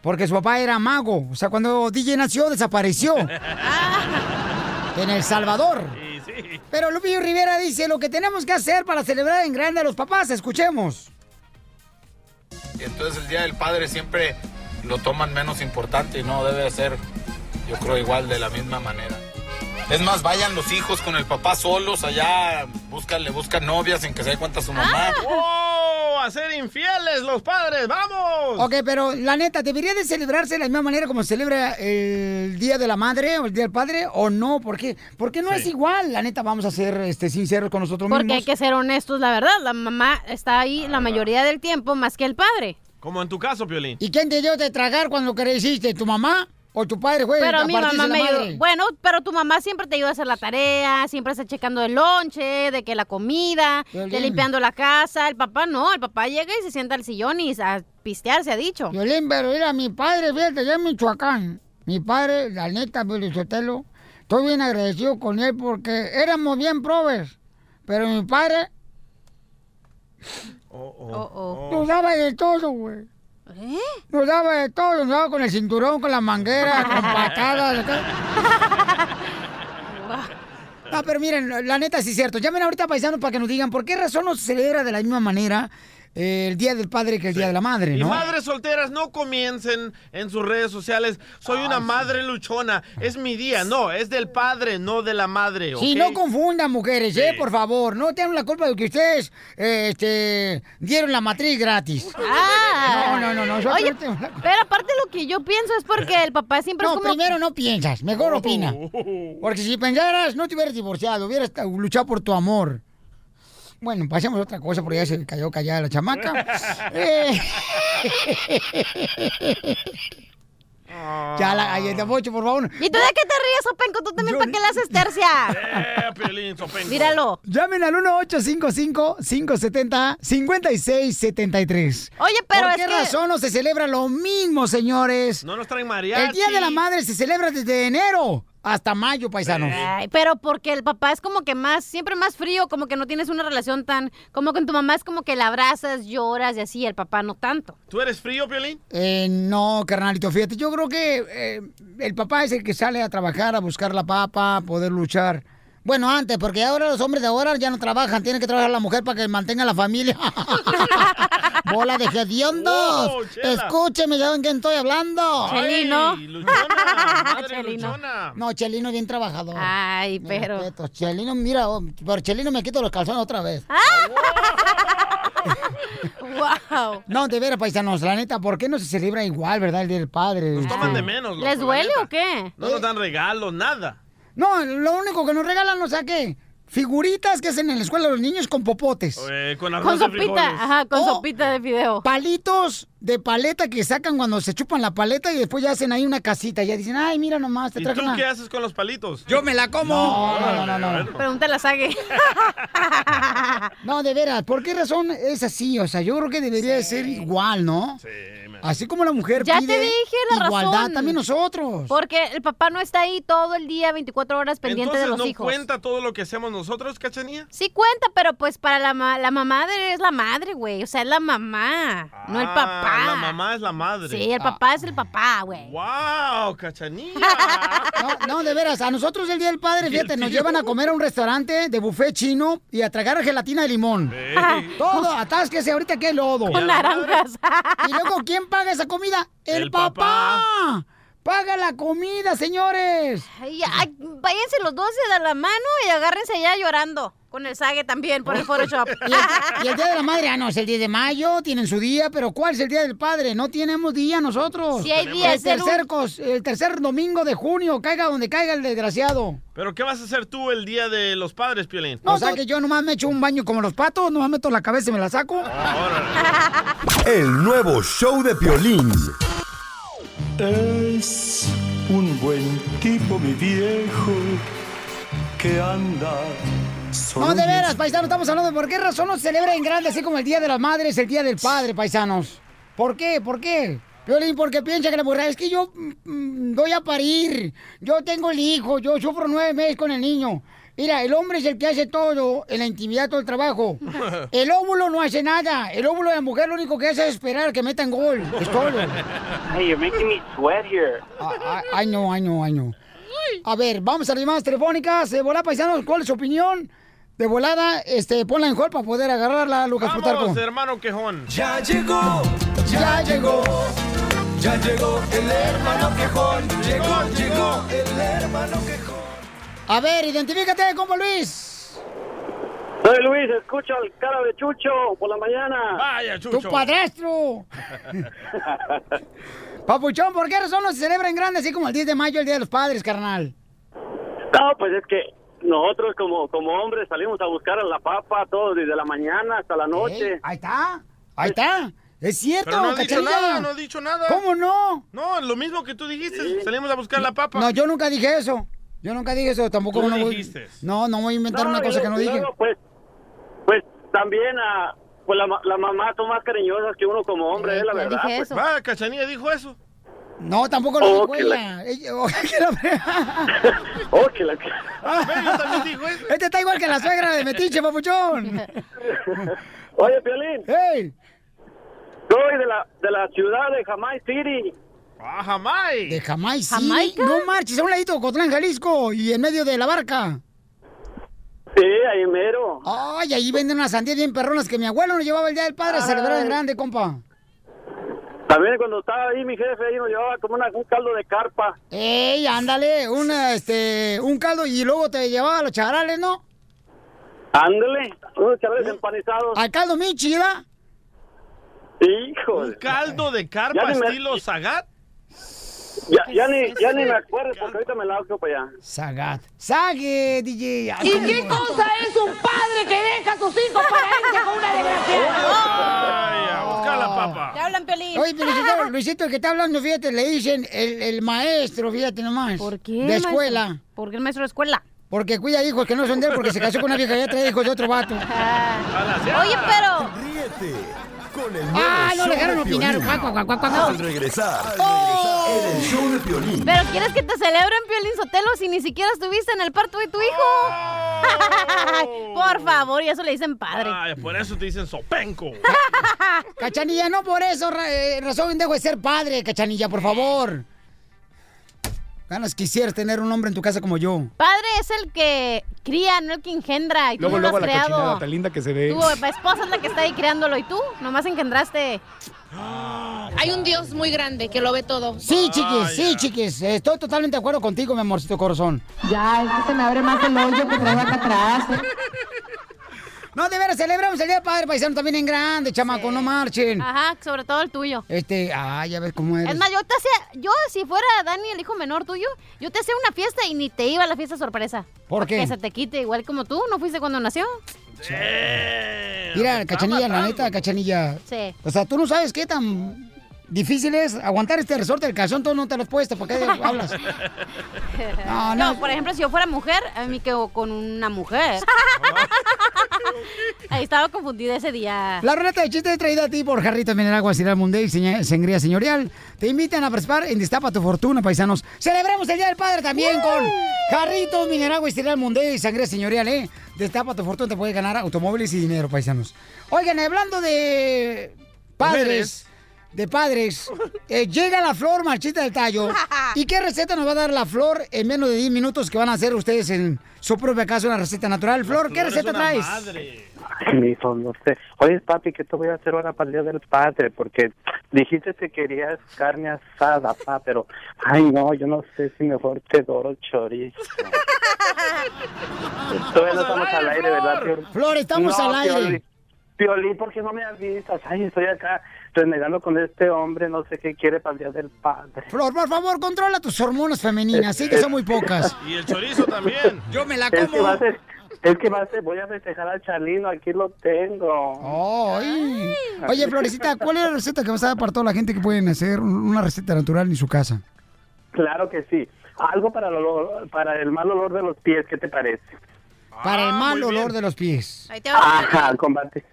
S1: Porque su papá era mago. O sea, cuando DJ nació, desapareció. en El Salvador. Pero Lupillo Rivera dice lo que tenemos que hacer para celebrar en grande a los papás. Escuchemos.
S20: Y entonces el Día del Padre siempre lo toman menos importante y no debe de ser, yo creo, igual de la misma manera. Es más, vayan los hijos con el papá solos allá, buscan, le buscan novias sin que se dé cuenta su mamá.
S2: ¡Oh! ¡A ser infieles los padres! ¡Vamos!
S1: Ok, pero la neta, ¿debería de celebrarse de la misma manera como se celebra el Día de la Madre o el Día del Padre o no? ¿Por qué? Porque no es igual, la neta, vamos a ser este, sinceros con nosotros
S3: Porque hay
S1: mismos.
S3: que ser honestos, la verdad. La mamá está ahí
S1: Ah.
S3: la mayoría del tiempo más que el padre.
S2: Como en tu caso, Piolín.
S1: ¿Y quién te dio de tragar cuando creciste? ¿Tu mamá o tu padre, güey?
S3: Pero
S1: a
S3: mi
S1: partirse
S3: mamá
S1: la
S3: me
S1: madre?
S3: ayudó. Bueno, pero tu mamá siempre te ayuda a hacer la tarea, siempre está checando el lonche, de que la comida,
S1: Violín.
S3: de limpiando la casa. El papá no, el papá llega y se sienta al sillón y a pistear, se ha dicho.
S1: Violín, pero mira, mi padre, fíjate, allá en Michoacán. Mi padre, la neta, Violín Sotelo, estoy bien agradecido con él porque éramos bien probes. Pero mi padre
S3: Oh,
S1: nos daba de todo, güey. Nos daba de todo, nos daba con el cinturón, con la manguera, con patadas. No, pero miren, la neta sí es cierto. Llamen ahorita a paisanos para que nos digan por qué razón no se celebra de la misma manera eh, el Día del Padre que el Día de la Madre,
S2: Y
S1: ¿no?
S2: madres solteras, no comiencen en sus redes sociales. Soy una madre luchona. Es mi día. No, es del padre, no de la madre. Eh, ¿ok?
S1: Sí, no confundan mujeres, ¿eh? Por favor, no tengan la culpa de que ustedes eh, este, dieron la matriz gratis.
S3: Ah.
S1: No, no, no, no.
S3: Oye, pero aparte lo que yo pienso es porque el papá siempre
S1: no,
S3: es como... Oh.
S1: primero no piensas, mejor opina. Porque si pensaras, no te hubieras divorciado, hubieras ta- luchado por tu amor. Bueno, pasemos a otra cosa porque ya se cayó callada la chamaca. Eh.
S10: Oh.
S1: ya la galleta, Pocho, por favor.
S3: ¿Y tú de qué te ríes, Openco? Tú también, ¿para qué le haces tercia?
S2: Eh, Piolín, sopenco.
S3: Míralo.
S1: Llamen al 1-855-570-5673.
S3: Oye, pero
S1: ¿Por
S3: es
S1: qué
S3: que-
S1: razón no se celebra lo mismo, señores?
S2: No nos traen mariachi.
S1: El Día de la Madre se celebra desde enero hasta mayo, paisanos.
S3: Ay, pero porque el papá es como que más, siempre más frío, como que no tienes una relación tan, como con tu mamá es como que la abrazas, lloras y así, el papá no tanto.
S2: ¿Tú eres frío, Piolín?
S1: Eh, no, carnalito, fíjate, yo creo que eh, el papá es el que sale a trabajar, a buscar la papa, a poder luchar. Bueno, antes, porque ahora los hombres de ahora ya no trabajan, tienen que trabajar la mujer para que mantenga la familia. ¡Bola de hediondos!
S3: Wow, Chela.
S1: Escúcheme, ¿saben quién estoy hablando?
S3: Chelino.
S2: Ah,
S3: Ah,
S1: No, Chelino es bien trabajador.
S3: Ay,
S1: Mis
S3: pero-
S1: respetos. Chelino, mira, oh, por Chelino me quito los calzones otra vez.
S3: Ah. ¡Wow!
S1: No, de veras, paisanos, la neta, ¿por qué no se celebra igual, verdad, el Día del Padre? Este,
S2: Toman de menos.
S3: ¿Les
S2: loco, la
S3: duele
S2: neta.
S3: o qué?
S2: No nos dan regalos, nada.
S1: No, lo único que nos regalan, o sea, ¿qué? Figuritas que hacen en la escuela los niños con popotes.
S2: Eh, con arroz
S3: Con
S2: de
S3: sopita,
S2: frijoles. Oh,
S3: ajá, con
S1: O
S3: sopita de fideo.
S1: Palitos de paleta que sacan cuando se chupan la paleta y después ya hacen ahí una casita. Ya dicen, ay, mira nomás, te
S2: ¿Y
S1: traje
S2: tú
S1: una...
S2: qué haces con los palitos?
S1: Yo me la como. No, no, no, no, no.
S3: Pregúntale a Sage.
S1: No, de veras, ¿por qué razón es así? O sea, yo creo que debería de ser igual, ¿no? Sí, Así como la mujer
S3: Ya
S1: pide
S3: te dije la
S1: igualdad,
S3: razón.
S1: también nosotros.
S3: Porque el papá no está ahí todo el día, 24 horas pendiente
S2: Entonces
S3: de los
S2: no
S3: hijos.
S2: cuenta todo lo que hacemos nosotros, cachanía.
S3: Sí cuenta, pero pues para la, ma- la mamá de- es la madre, güey. O sea, es la mamá, no el papá.
S2: La mamá es Ah, la madre. Ah,
S3: Sí, el papá es el papá, güey.
S2: ¡Wow, cachanía!
S1: No, no, de veras, a nosotros el Día del Padre, fíjate, nos
S2: tío?
S1: llevan a comer a un restaurante de buffet chino y a tragar gelatina de limón.
S2: Ey.
S1: Todo, atásquese ahorita que hay lodo.
S3: Con naranjas.
S1: Y luego, ¿quién paga esa comida? ¡El,
S3: El
S1: papá.
S3: papá.
S1: ¡Paga la comida, señores!
S3: Ay, ay, váyanse los dos de la mano y agárrense allá llorando. Con el sague también, por el Photoshop.
S1: Y el, y el Día de la Madre, ah, no, es el 10 de mayo, tienen su día, pero ¿cuál es el Día del Padre? No tenemos día nosotros.
S3: Sí hay día,
S1: el
S3: es el
S1: tercer,
S3: un-
S1: cos- el tercer domingo de junio, caiga donde caiga el desgraciado.
S2: ¿Pero qué vas a hacer tú el día de los padres, Piolín?
S1: o sea que yo nomás me echo un baño como los patos, nomás meto la cabeza y me la saco.
S6: El nuevo show de Piolín.
S21: Es un buen tipo, mi viejo, que anda solo.
S1: No, de veras, paisanos, estamos hablando de por qué razón no se celebra en grande, así como el Día de las Madres, el Día del Padre, paisanos. ¿Por qué? ¿Por qué? Violín, porque piensa que la mujer es que yo mm, mm, voy a parir, yo tengo el hijo, yo sufro nueve meses con el niño. Mira, el hombre es el que hace todo, en la intimidad todo el trabajo. El óvulo no hace nada, el óvulo de la mujer lo único que hace es esperar que metan gol, es todo.
S5: Hey, you're making me sweat here.
S1: Ah, Ay, no, ay, no, ay, no. A ver, vamos a las llamadas telefónicas. De volada, paisanos, ¿cuál es su opinión? De volada, este, ponla en juego para poder agarrarla, Lucas Putarco.
S2: Vamos, hermano quejón.
S21: Ya llegó, ya llegó, ya llegó el hermano quejón. Llegó, llegó el hermano quejón.
S1: A ver, identifícate, compa Luis.
S22: Soy Luis, escucho al cara de Chucho por la mañana.
S2: Vaya,
S1: Tu padrastro. Papuchón, ¿por qué razón no se celebra en grande así como el 10 de mayo, el Día de los Padres, carnal?
S22: No, pues es que nosotros como, como hombres salimos a buscar a la papa todos desde la mañana hasta la noche.
S1: Ey, ahí está, ahí está. Es cierto,
S2: Pero no ha dicho
S1: Cachanilla.
S2: nada, no ha dicho nada.
S1: ¿Cómo no?
S2: No, lo mismo que tú dijiste, salimos a buscar la papa.
S1: No, yo nunca dije eso. Yo nunca dije eso, tampoco
S2: Tú
S1: no voy-
S2: dijiste.
S1: No, no voy a inventar una
S22: y
S1: cosa que no
S22: luego-
S1: dije.
S22: luego, Pues, pues también ah, pues la, ma- la mamá son más cariñosas que uno como
S1: Eh,
S22: hombre, es la verdad. pues.
S2: Va, cachanía dijo eso.
S1: No, tampoco lo
S22: Oh, que
S1: dijo ella.
S22: la-
S1: Ella- oh, que la-
S22: Oh, que la-
S1: Este está igual que la suegra de Metiche, papuchón.
S22: Oye, Piolín.
S1: Hey.
S22: Soy de la, de la ciudad de Jamaica City.
S2: Ah, Jamaica.
S1: De Jamaica. sí. No marches, a un ladito de Cotlán, Jalisco, y en medio de la barca.
S22: Sí, ahí mero.
S1: Ay, ahí venden unas sandías bien perronas que mi abuelo nos llevaba el Día del Padre a celebrar en grande, compa.
S22: También cuando estaba ahí mi jefe, ahí nos llevaba como una- un caldo de carpa.
S1: Ey, ándale, un, este, un caldo y luego te llevaba a los charales, ¿no?
S22: Ándale, unos charales empanizados.
S1: Al caldo Michi, ¿verdad?
S22: Hijo.
S2: Un caldo de carpa
S22: Ya ni me-
S2: estilo Zagat.
S22: Ya, ya ni, ya ni me acuerdo porque ahorita me la hago para allá.
S1: Sagat. Sague, DJ.
S22: ¿Y qué cosa
S1: es un padre que deja a sus hijos para irse con una
S2: Vaya, busca la papa.
S3: Te hablan, Pelín.
S1: Oye, pero Luisito, Luisito, el que está hablando, fíjate, le dicen el, el maestro, fíjate nomás. ¿Por
S3: ¿Qué,
S1: De
S3: maestro?
S1: escuela.
S3: ¿Por qué el maestro de escuela?
S1: Porque cuida hijos que no son de él porque se casó con una vieja que ya trae hijos de otro vato.
S3: Oye, pero...
S6: Ríete con el nuevo
S1: Ah, no
S6: show
S1: le dejaron
S6: de
S1: opinar.
S6: Piolín.
S1: Cuac, cuac, cuac, cuac, cuac.
S6: Al regresar,
S1: Oh.
S6: en el show de Piolín.
S3: Pero quieres que te celebren Piolín Sotelo si ni siquiera estuviste en el parto de tu hijo. Por favor, y eso le dicen padre.
S2: Vaya, por eso te dicen sopenco.
S1: Cachanilla, no por eso, ra- eh, razón dejo de ser padre, Cachanilla, por favor. Ganas quisieras tener un hombre en tu casa como yo.
S3: Padre es el que cría, no el que engendra. Y tú
S23: Luego,
S3: no lo
S23: luego
S3: has
S23: la
S3: creado.
S23: cochinada tan linda que se ve.
S3: Tu esposa es la que está ahí criándolo y tú nomás engendraste.
S24: Hay un Dios muy grande que lo ve todo.
S1: Sí, chiquis, sí, chiquis. Estoy totalmente de acuerdo contigo, mi amorcito corazón. Ya, es que se me abre más el hoyo que traigo acá atrás. No, de veras, celebramos el Día del Padre Paisano también en grande, chamaco, no marchen.
S3: Ajá, sobre todo el tuyo.
S1: Este, ay, a ver cómo eres.
S3: Ah. Es más, yo te hacía, yo si fuera Dani, el hijo menor tuyo, yo te hacía una fiesta y ni te iba a la fiesta sorpresa.
S1: ¿Por
S3: Para
S1: qué?
S3: Que se te quite, igual como tú, ¿no fuiste cuando nació?
S1: Mira, Cachanilla, la neta, Cachanilla.
S3: Sí.
S1: O sea, tú no sabes qué tan difícil es aguantar este resorte del calzón, tú no te lo has puesto, ¿por qué hablas?
S3: No, por ejemplo, si yo fuera mujer, a mí quedo con una mujer. Ahí estaba confundida ese día.
S1: La ruleta de chistes es traída a ti por Jarrito Mineral Guaciral Munday, seña- Sangría Señorial. Te invitan a participar en Destapa tu Fortuna, paisanos. Celebremos el Día del Padre también con Jarrito Mineral Guaciral Munday, Sangría Señorial, ¿eh? Destapa tu Fortuna, te puede ganar automóviles y dinero, paisanos. Oigan, hablando de padres, de padres, eh, llega la flor marchita del tallo. ¿Y qué receta nos va a dar la flor en menos de 10 minutos que van a hacer ustedes en su propia casa una receta natural? Flor, ¿qué receta traes?
S25: Ay, mi hijo, no sé. Oye, papi, ¿qué te voy a hacer ahora para el Día del Padre? Porque dijiste que querías carne asada, pa, pero... Ay, no, yo no sé si mejor te doro chorizo. Todavía no estamos al aire, ¿verdad, Flor?
S1: Flor, estamos al aire.
S25: Piolín, Piolín, ¿por qué no me avisas? Ay, estoy acá renegando con este hombre, no sé qué quiere para el Día del Padre.
S1: Flor, por favor, controla tus hormonas femeninas, sí que son muy pocas.
S25: Y el chorizo también.
S1: Yo me la
S25: Es que
S1: como.
S25: va a ser... Es que va a ser- voy a festejar al Charlino, aquí lo tengo.
S1: Ay. Oye, Florecita, ¿cuál es la receta que vas a dar para toda la gente que pueden hacer un- una receta natural en su casa?
S25: Claro que sí. Algo para el, olor- para el mal olor de los pies, ¿qué te parece?
S1: Para el
S25: Ah,
S1: mal olor de los pies.
S25: Ajá, combatir,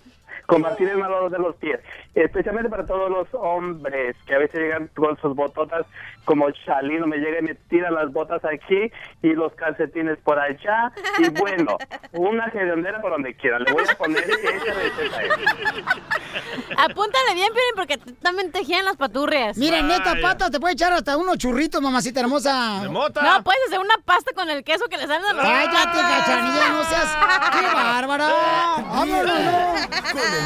S25: combatir el mal olor de los pies. Especialmente para todos los hombres que a veces llegan con sus bototas como Chalino, me llega y me tira las botas aquí y los calcetines por allá. Y bueno, una gerondera por donde quiera. Le voy a poner esa receta. ahí.
S3: Apúntale bien, Piolín, porque t- también te giran las paturrias.
S1: Mira, en esta pata te puede echar hasta unos churritos, mamacita hermosa.
S3: No, puedes hacer una pasta con el queso que le salen a los
S1: Cállate, cachanilla, no seas. ¡Qué bárbara! ¡Vámonos!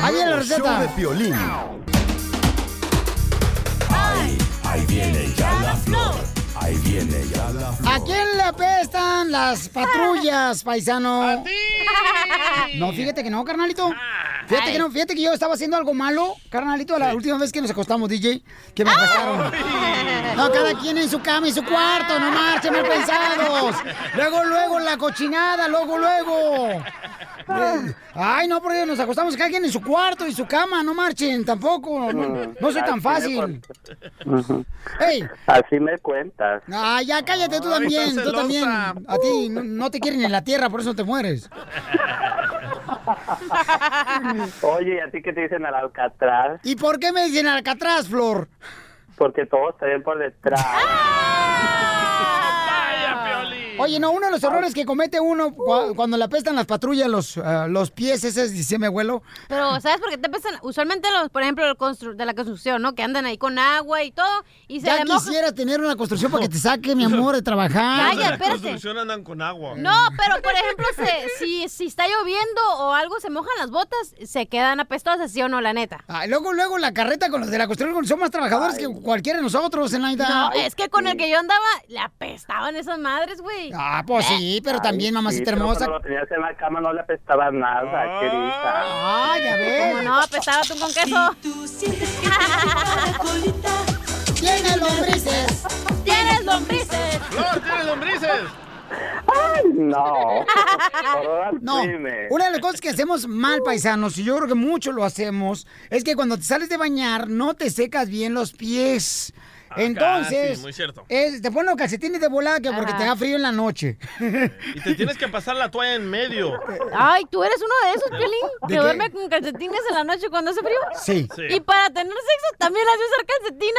S1: Ahí viene la
S6: Nuevo Show de
S1: receta.
S6: Piolín. Ay, ahí viene ya la flor. Ahí viene ya la flor.
S1: ¿A quién le apestan las patrullas, paisano? ¡A ti! Ah, No, fíjate que no, carnalito. Fíjate que no, fíjate que yo estaba haciendo algo malo, carnalito, la última vez que nos acostamos, DJ, que me acostaron. No, cada quien en su cama y su cuarto, no marchen mal pensados. Luego, luego, la cochinada, luego, luego. Eh, Ay, no, porque nos acostamos cada quien en su cuarto y su cama, no marchen tampoco. No,
S25: mm,
S1: no soy tan fácil.
S25: Ujú.
S1: ¡Ey!
S25: Así me cuentas.
S1: Ah, ya cállate tú
S25: Ay,
S1: también,
S25: estás
S1: tú también.
S25: celosa. Uh.
S1: A ti no, no te quieren en la tierra, por eso te mueres.
S25: Oye, ¿y a ti qué te dicen al Alcatraz?
S1: ¿Y por qué me dicen Alcatraz, Flor?
S25: Porque todos te ven por detrás.
S1: Oye, no, uno de los errores que comete uno
S25: Uh.
S1: cua- cuando le apestan las patrullas los, ah, los pies, ese es, dice mi abuelo.
S3: Pero, ¿sabes por qué te pesan? Usualmente los, por ejemplo, los constru- de la construcción, ¿no? Que andan ahí con agua y todo, y se
S1: Ya
S3: le moja.
S1: quisiera tener una construcción para que te saque, mi amor, de trabajar.
S3: Calla,
S2: En la
S3: espérate.
S2: construcción andan con agua.
S3: No, pero por ejemplo, se- si, si está lloviendo o algo, se mojan las botas, se quedan apestosas, ¿sí o no, la neta?
S1: Ah, luego, luego, la carreta con los de la construcción son más trabajadores que cualquiera de nosotros en la vida.
S3: No, es que con el que yo andaba, le apestaban esas madres, güey. Eh.
S1: Ah, pues sí, pero también, mamacita
S25: pero
S1: hermosa.
S25: Cuando lo tenías en la cama no le apestaba nada, querida.
S1: Ah, ya ves.
S3: ¿Cómo no? Apestaba tú con queso.
S1: Tienes lombrices.
S3: Tienes lombrices.
S2: Flor, tienes lombrices.
S25: Ay, no. Ahora
S1: No,
S25: dime.
S1: una de las cosas que hacemos mal, paisanos, y yo creo que mucho lo hacemos, es que cuando te sales de bañar no te secas bien los pies. Entonces,
S2: sí, Ah, muy cierto.
S1: es- te ponen los calcetines de volada que porque te da frío en la noche.
S2: Y te tienes que pasar la toalla en medio.
S3: Ay, tú eres uno de esos, Piolín,
S2: ¿De
S3: que
S2: qué?
S3: duerme con calcetines en la noche cuando hace frío.
S1: Sí. Sí.
S3: Y para tener sexo también las de usar calcetines,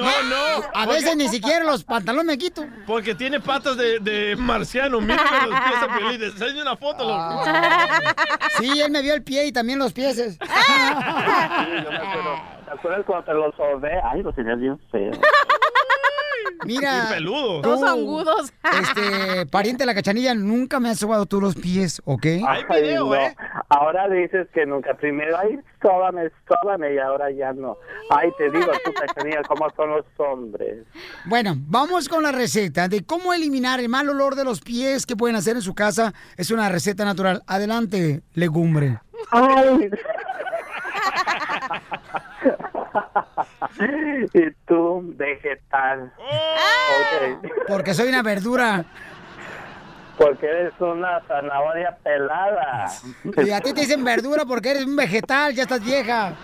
S3: marrano.
S1: A
S2: ¿Por
S1: veces
S2: qué?
S1: ni siquiera los pantalones me quito.
S2: Porque tiene patas de, de marciano. Mírame los pies a Piolín. Te enseño una foto.
S1: Ah.
S2: loco.
S1: Sí, él me vio el pie y también los pies.
S25: ¿Te acuerdas cuando te lo sobé? Ay, lo tenías bien feo.
S1: Mira.
S25: Y
S1: tú,
S25: peludos. Todos angudos.
S1: Este, pariente de la cachanilla, nunca me has sobado tú los pies, ¿ok?
S25: Ay, no.
S2: ¿eh?
S1: ¿eh?
S25: Ahora dices que nunca. Primero, ay, sóbame, sóbame, y ahora ya no. Ay, te digo, tú, Cachanilla, cómo son los hombres.
S1: Bueno, vamos con la receta de cómo eliminar el mal olor de los pies que pueden hacer en su casa. Es una receta natural. Adelante, legumbre.
S25: Ay. y tú, vegetal. Ok.
S1: Porque soy una verdura.
S25: Porque eres una zanahoria pelada.
S1: Y a ti te dicen verdura porque eres un vegetal, ya estás vieja.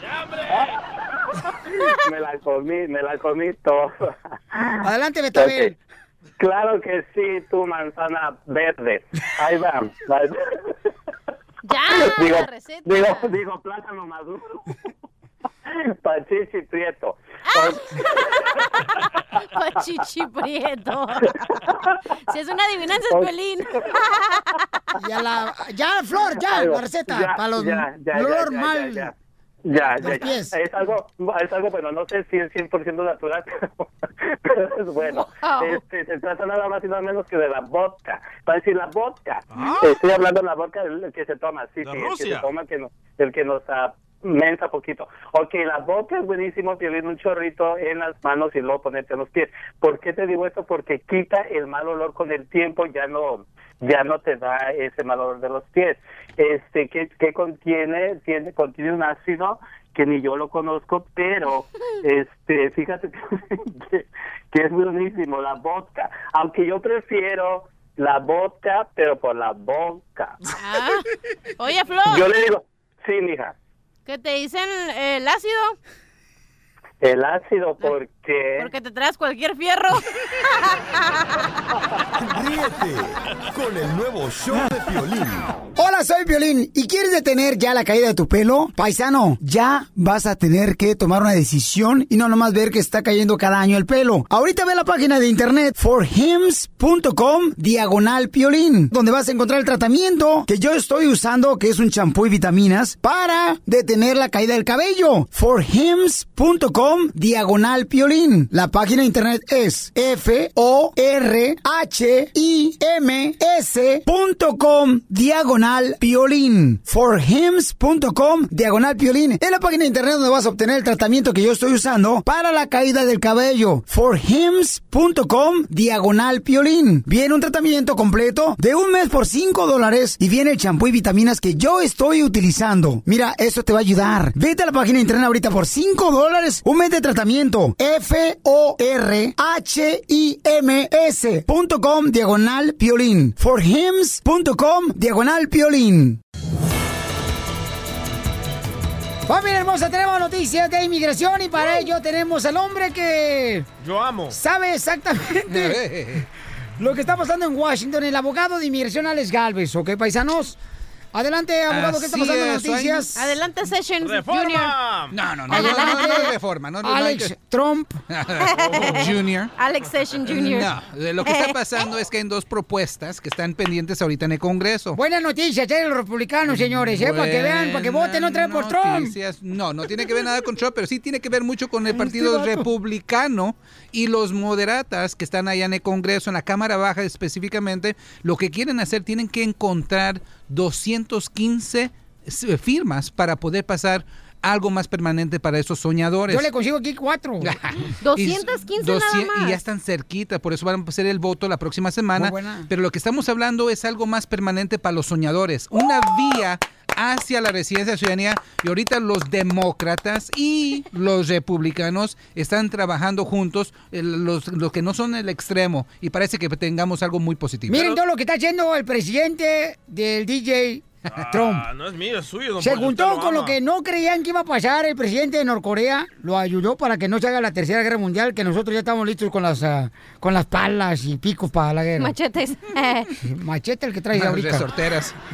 S25: me la comí, me la comí toda.
S1: Adelante, Betabel.
S25: Claro que sí, tu manzana verde. Ahí va.
S3: Ya,
S25: digo,
S3: la receta.
S25: digo, digo, plátano maduro. Pachichi Prieto.
S3: ¡Ah! Pachichi Prieto. Si es una adivinanza, es Pelín.
S1: Ya, la, ya, Flor, ya,
S25: Ahí va.
S1: la receta.
S25: Ya,
S1: para los
S25: ya, ya, ya,
S1: dolor
S25: ya,
S1: mal.
S25: ya, ya. Ya,
S1: Los
S25: ya, ya.
S1: pies.
S25: Es algo, es algo, bueno, no sé si es 100% natural, pero, pero es bueno.
S26: Wow.
S25: Este, se trata nada más y nada menos que de la vodka. Para decir la vodka.
S1: Ah.
S25: Estoy hablando de la vodka el que se toma, sí,
S26: De
S25: sí, el que
S26: Rusia.
S25: se toma, el que nos, el que nos ah, mensa poquito. Ok, la vodka es buenísimo, tiene un chorrito en las manos y luego ponerte en los pies. ¿Por qué te digo esto? Porque quita el mal olor con el tiempo, ya no ya no te da ese mal olor de los pies. Este, ¿qué, qué contiene? Tiene, contiene un ácido que ni yo lo conozco, pero este, fíjate que, que es buenísimo, la vodka. Aunque yo prefiero la vodka, pero por la boca.
S3: Ah. Oye, Flor,
S25: Yo le digo, sí, mija,
S3: ¿qué te dicen eh, el ácido?
S25: el ácido, porque...
S3: Porque te traes cualquier fierro.
S6: Ríete con el nuevo show de Piolín.
S1: Hola, soy Violín. ¿Y quieres detener ya la caída de tu pelo? Paisano, ya vas a tener que tomar una decisión y no nomás ver que está cayendo cada año el pelo. Ahorita ve la página de internet forhims.com diagonal piolín, donde vas a encontrar el tratamiento que yo estoy usando, que es un champú y vitaminas, para detener la caída del cabello. forhims.com diagonal piolín. La página de internet es F-O-R-H-I-M-S.com diagonal piolín. Forhims.com diagonal piolín. Es la página de internet donde vas a obtener el tratamiento que yo estoy usando para la caída del cabello. Forhims.com diagonal piolín. Viene un tratamiento completo de un mes por 5 dólares y viene el champú y vitaminas que yo estoy utilizando. Mira, eso te va a ayudar. Vete a la página de internet ahorita por 5 dólares. Un mes de tratamiento. F-O-R-H-I-M-S.com diagonal piolín. Forhims.com diagonal piolín. Familia hermosa, tenemos noticias de inmigración y para ello tenemos al hombre que...
S2: Yo amo.
S1: Sabe exactamente lo que está pasando en Washington, el abogado de inmigración Alex Galvez, ¿ok, paisanos? Adelante, abogado, ¿qué está
S26: Así
S1: pasando en las
S26: es, hay-
S1: noticias?
S3: Adelante, Sessions Junior.
S26: No, no, no, no, no, no, no, reforma, no, no, no hay
S1: Alex
S26: que-
S1: Trump.
S26: Junior.
S3: Alex Sessions Jr.
S26: No, de lo que está pasando es que hay dos propuestas que están pendientes ahorita en el Congreso.
S1: Buenas noticias, eh, los republicanos, señores, eh, para que vean, para que voten otra vez por Trump.
S26: Mm,
S1: Este
S26: Noticias. No, no tiene que ver nada con Trump, pero sí tiene que ver mucho con el Partido
S1: vato.
S26: Republicano y los moderatas que están allá en el Congreso, en la Cámara Baja específicamente. Lo que quieren hacer, tienen que encontrar 215 s- firmas para poder pasar algo más permanente para esos soñadores.
S1: Yo le consigo aquí cuatro.
S3: 215 nada más.
S26: Y ya están cerquita, por eso van a hacer el voto la próxima semana.
S1: Muy buena.
S26: Pero lo que estamos hablando es algo más permanente para los soñadores. Una vía hacia la residencia de ciudadanía y ahorita los demócratas y los republicanos están trabajando juntos, eh, los, los que no son el extremo y parece que tengamos algo muy positivo.
S1: Miren todo lo que está haciendo el presidente del DJ Trump.
S2: Ah, no es mío, es suyo. don
S1: Se
S2: Poncho,
S1: juntó
S2: usted
S1: con lo
S2: ama.
S1: que no creían que iba a pasar. El presidente de Norcorea lo ayudó para que no se haga la tercera guerra mundial, que nosotros ya estamos listos con las ah, con las palas y picos para la guerra.
S3: Machetes.
S1: Machete el que traes ahorita.
S26: Resorteras.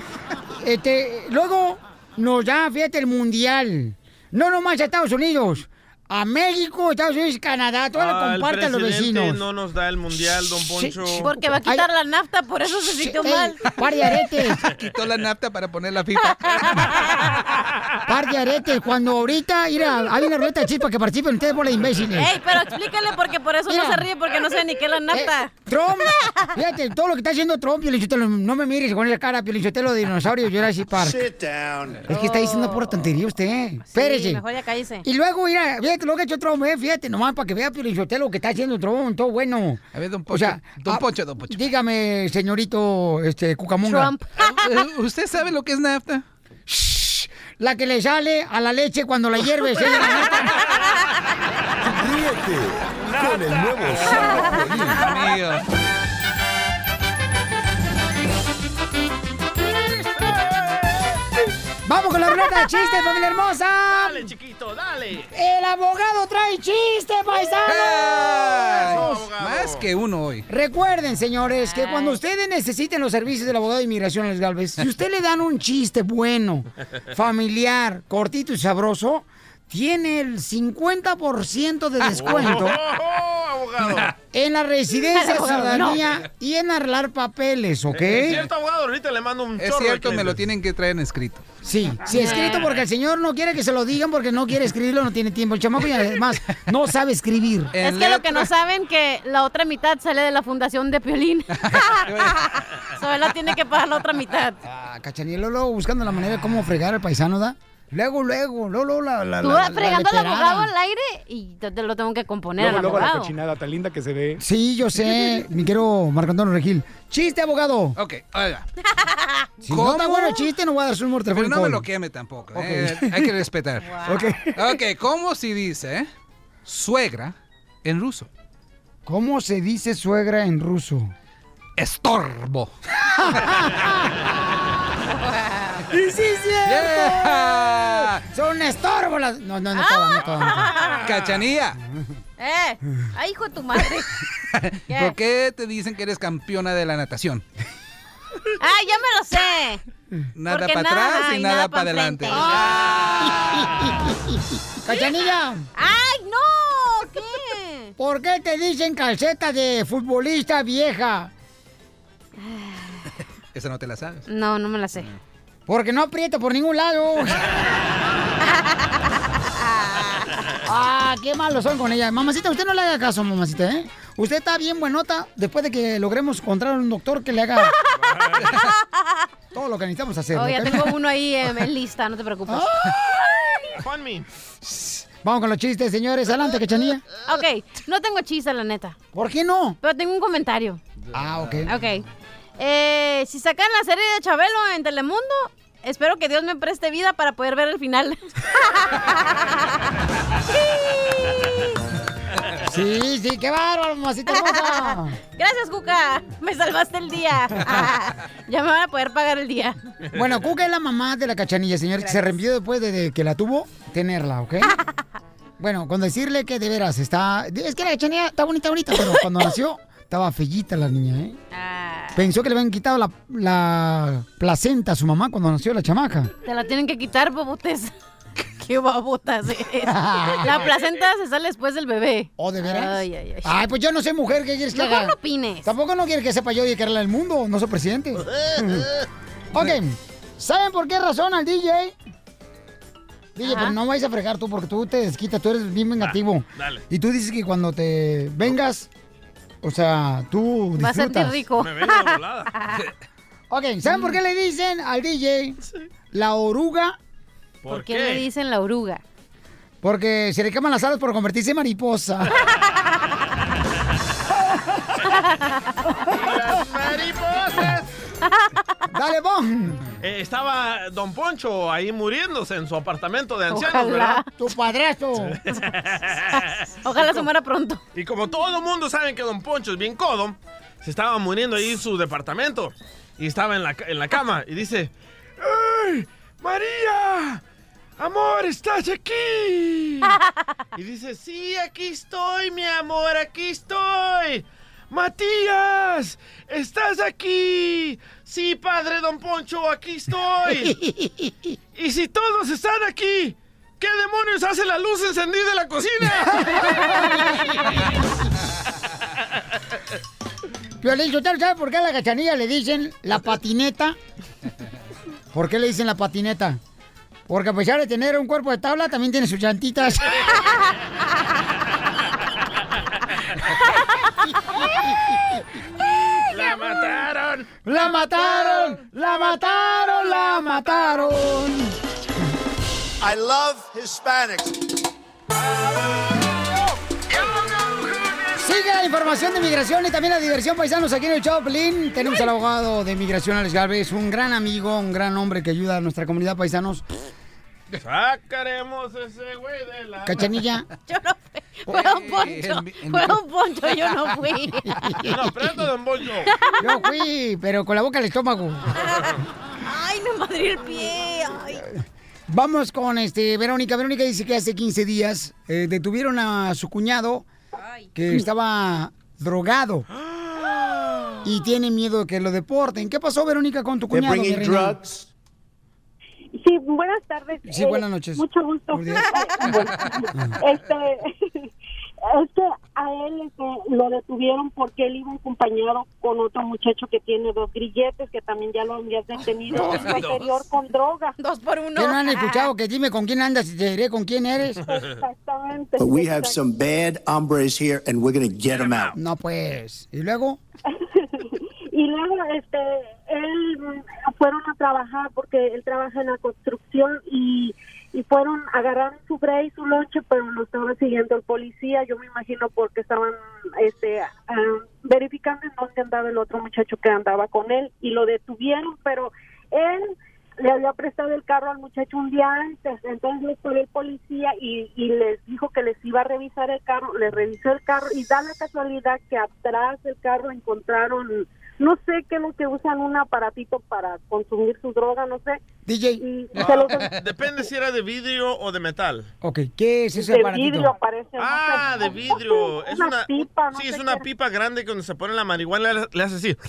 S1: Este, luego nos da, fíjate, el mundial. No nomás a Estados Unidos, a México, Estados Unidos y Canadá. Todo lo
S2: Ah, el
S1: comparte a los
S2: presidente
S1: vecinos.
S2: No nos da el mundial, don Poncho.
S3: Porque va a quitar la nafta, por eso se sintió
S1: Ey,
S3: mal.
S1: par de aretes.
S26: Quitó la nafta para poner la pipa.
S1: Par de aretes. Cuando ahorita, mira, hay una ruleta de chispa que participen ustedes por la imbéciles.
S3: Ey, pero explíquele porque por eso no
S1: Mira. Eh,
S3: se ríe, porque no sé ni qué es la nafta.
S1: Trump, fíjate, todo lo que está haciendo Trump, Piolichotelo, no me mires con esa cara, Piolichotelo de dinosaurio Jurassic Park. Es que está diciendo pura tontería usted. Espérese.
S3: mejor ya cállese.
S1: Y luego, mira, fíjate lo que ha hecho Trump, eh, fíjate, nomás para que vea Piolichotelo lo que está haciendo Trump, todo bueno.
S26: A ver, don
S1: O
S26: Pocho,
S1: sea,
S26: don
S1: ah,
S26: Pocho, don Pocho.
S1: Dígame, señorito este, Cucamonga.
S26: Trump. Eh, ¿Usted sabe lo que es nafta?
S1: La que le sale a la leche cuando la hierves. ¿eh?
S6: Ríete con el nuevo show de Piolín.
S1: Vamos con la ruleta de chistes, familia hermosa.
S2: Dale, chiquito, dale.
S1: El abogado trae chiste, paisanos.
S26: Más que uno hoy.
S1: Recuerden, señores, que cuando ustedes necesiten los servicios del abogado de inmigración, Les Galvez, si usted le dan un chiste bueno, familiar, cortito y sabroso, tiene el 50% de descuento en la residencia,
S2: Abogado,
S1: ciudadanía y en arreglar papeles, ¿ok?
S2: Eh, Es cierto, abogado, ahorita le mando un
S26: Es
S2: chorro de
S26: cierto, me lo
S2: clientes.
S26: tienen que traer en escrito.
S1: Sí, Sí,
S3: Ah.
S1: escrito porque el señor no quiere que se lo digan porque no quiere escribirlo, no tiene tiempo. El chamaco y además no sabe escribir.
S3: Es que lo que no saben que la otra mitad sale de la fundación de Piolín. Solo la tiene que pagar la otra mitad.
S1: Ah, Cachanilla, luego buscando la manera de cómo fregar al paisano, ¿da? Luego, luego, luego, luego la, la,
S3: Tú
S1: la- la- la
S3: fregando al
S1: leperada.
S3: abogado al aire y te, te lo tengo que componer
S1: Luego,
S3: al
S1: luego la
S3: abogado.
S7: Cochinada tan linda que se ve.
S1: Sí, yo sé, mi quiero Marco Antonio Regil. ¡Chiste, abogado!
S26: Ok, oiga.
S1: Si no está bueno el chiste, no voy a dar su número
S26: Pero
S1: telefónico.
S26: no me lo queme tampoco.
S1: Ok.
S26: eh, hay que respetar.
S1: Ok.
S26: Ok, ¿cómo si dice suegra en ruso?
S1: ¿Cómo se dice suegra en ruso?
S26: Estorbo.
S1: ¡Y sí, es cierto!
S26: Yeah.
S1: ¡Son un estorbo las- No, no, no, todo, no, todo, no, todo.
S26: Cachanilla,
S3: ¡Eh! ¡Ay, hijo de tu madre! ¿Qué?
S26: ¿por qué te dicen que eres campeona de la natación?
S3: ¡Ah, ya me lo sé!
S26: Nada
S3: Porque
S26: para
S3: nada,
S26: atrás y
S3: y
S26: nada,
S3: nada
S26: para
S3: pa'
S26: adelante.
S1: Ah. ¡Cachanilla!
S3: ¡Ay, no! ¿Qué?
S1: ¿Por qué te dicen calceta de futbolista vieja?
S26: Esa no te la sabes.
S3: No, no me la sé.
S1: Porque no aprieto por ningún lado. ah, qué malos son con ella. Mamacita, usted no le haga caso, mamacita, ¿eh? Usted está bien buenota después de que logremos encontrar un doctor que le haga todo lo que necesitamos hacer.
S3: Oh, ya
S1: ¿ok?
S3: tengo uno ahí em, en lista, no te preocupes.
S2: Juanmi.
S1: Vamos con los chistes, señores. Adelante, cachanilla.
S3: Ok, no tengo chiste, la neta.
S1: ¿Por qué no?
S3: Pero tengo un comentario.
S1: Ah, ok.
S3: Ok. Eh, si sacan la serie de Chabelo en Telemundo, espero que Dios me preste vida para poder ver el final.
S1: Sí, sí, qué bárbaro, mamacita hermosa.
S3: Gracias, Cuca. Me salvaste el día. Ah, ya me van a poder pagar el día.
S1: Bueno, Cuca es la mamá de la cachanilla, señores, que se arrepintió después de, de que la tuvo, tenerla, ¿ok? Bueno, con decirle que de veras está. Es que la cachanilla está bonita ahorita, pero cuando nació estaba fellita la niña, ¿eh?
S3: Ah.
S1: Pensó que le habían quitado la, la placenta a su mamá cuando nació la chamaca.
S3: Te la tienen que quitar, bobotes. Qué babotas eres. La placenta se sale después del bebé.
S1: ¿O ¿Oh, de veras?
S3: Ay, ay, ay.
S1: Ay, pues yo no soy mujer, ¿qué quieres que
S3: Mejor
S1: haga?
S3: no opines.
S1: Tampoco no quiere que sepa yo y que arregla el mundo, no soy presidente. ok, ¿saben por qué razón al DJ? DJ,
S3: Ajá.
S1: pero "Pues no vais a fregar tú porque tú te desquitas, tú eres bien vengativo.
S3: Ah, dale.
S1: Y tú dices que cuando te vengas, o sea, Ah, tú
S3: Va a
S1: disfrutas.
S3: sentir rico.
S1: Ok, ¿saben por qué le dicen al DJ la oruga?
S3: ¿Por, qué le dicen la oruga?
S1: Porque se le queman las alas por convertirse en mariposa.
S2: Las mariposas.
S1: Dale, bon.
S2: Eh, estaba Don Poncho ahí muriéndose en su apartamento de ancianos, ¿verdad?
S1: Tu padrastro.
S3: Ojalá se muera pronto.
S2: Y como todo el mundo sabe que Don Poncho es bien codo, se estaba muriendo ahí en su departamento. Y estaba en la, ca- en la cama y dice, ¡Ay, María! ¡Amor, estás aquí! Y dice, sí, aquí estoy, mi amor, aquí estoy. Matías, estás aquí. Sí, padre Don Poncho, aquí estoy. Y si todos están aquí, ¿qué demonios hace la luz encendida de la cocina?
S1: Piolín, ¿usted sabe por qué a la cachanilla le dicen la patineta? ¿Por qué le dicen la patineta? Porque a pesar de tener un cuerpo de tabla, también tiene sus llantitas.
S2: ¡La mataron!
S1: ¡La mataron! ¡La mataron! ¡La mataron!
S21: I love Hispanics.
S1: Sigue la información de migración y también la diversión paisanos aquí en el Choplin. Tenemos al abogado de migración, Alex Galvez, un gran amigo, un gran hombre que ayuda a nuestra comunidad paisanos.
S2: Sacaremos ese güey de la... Eh,
S1: Cachanilla.
S3: Yo no fui. Fue Don Poncho. Fue Don Poncho, yo no fui.
S2: No, prendo Don Poncho.
S1: Yo fui, pero con la boca al estómago.
S3: Ay, me madrí el pie. Ay.
S1: Vamos con este Verónica. Verónica dice que hace 15 días eh, detuvieron a su cuñado que estaba drogado. Y tiene miedo de que lo deporten. ¿Qué pasó, Verónica, con tu
S15: They're
S1: cuñado? mi
S15: bringing
S1: reina?
S15: drugs.
S18: Sí, buenas tardes.
S1: Sí, buenas noches.
S18: Mucho gusto.
S1: Buenos días.
S18: este, es que a él este, lo detuvieron porque él iba acompañado con otro muchacho que tiene dos grilletes, que también ya lo habías detenido
S1: Dos.
S18: en su anterior con droga.
S3: Dos por uno.
S1: ¿Qué no han escuchado? Que dime con quién andas y te diré con quién eres.
S18: Exactamente.
S7: But we have some bad hombres here, and we're going to get them out.
S1: No, pues. ¿Y luego?
S18: Y luego, este, él mm, fueron a trabajar porque él trabaja en la construcción y, y fueron, agarraron su break y su lonche, pero lo estaba siguiendo el policía, yo me imagino porque estaban, este, ah, verificando en dónde andaba el otro muchacho que andaba con él y lo detuvieron, pero él le había prestado el carro al muchacho un día antes, entonces le fue el policía y, y les dijo que les iba a revisar el carro, le revisó el carro y da la casualidad que atrás del carro encontraron, no sé qué es lo que usan, un aparatito para consumir su droga, no sé.
S1: DJ.
S18: se los-
S2: Depende si era de vidrio o de metal.
S1: Ok, ¿qué es ese
S18: de
S1: aparatito?
S18: vidrio parece. no sé.
S2: Ah, de vidrio. Es
S18: Una
S2: una,
S18: pipa, no
S2: sí,
S18: sé
S2: es una
S18: qué.
S2: pipa grande que cuando se pone la marihuana le, le hace así.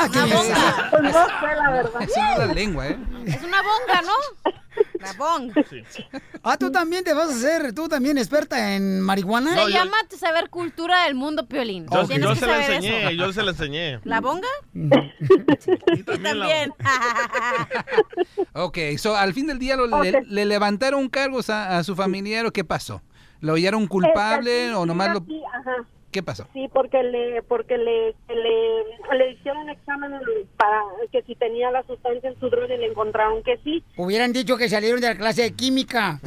S18: Pues no sé, la verdad.
S26: Eso no es la lengua, ¿eh?
S3: Es una bonga, ¿no? La bonga.
S1: Ah, tú también te vas a hacer, tú también experta en marihuana.
S3: Se llama saber cultura del mundo, Piolín.
S2: Yo,
S3: Tienes
S2: yo
S3: que
S2: se la
S3: saber
S2: enseñé,
S3: eso.
S2: yo se la enseñé.
S3: ¿La bonga?
S2: también la-
S3: También.
S26: Ok, so al fin del día lo- le,
S18: Ok.
S26: le levantaron cargos a, a su familiar o qué pasó? ¿Lo hallaron culpable
S18: Está aquí,
S26: o nomás lo...
S18: aquí, ajá.
S26: ¿Qué pasó?
S18: Sí, porque le porque le, le, le hicieron examen para que si tenía la sustancia en su droga y le encontraron que sí.
S1: Hubieran dicho que salieron de la clase de química.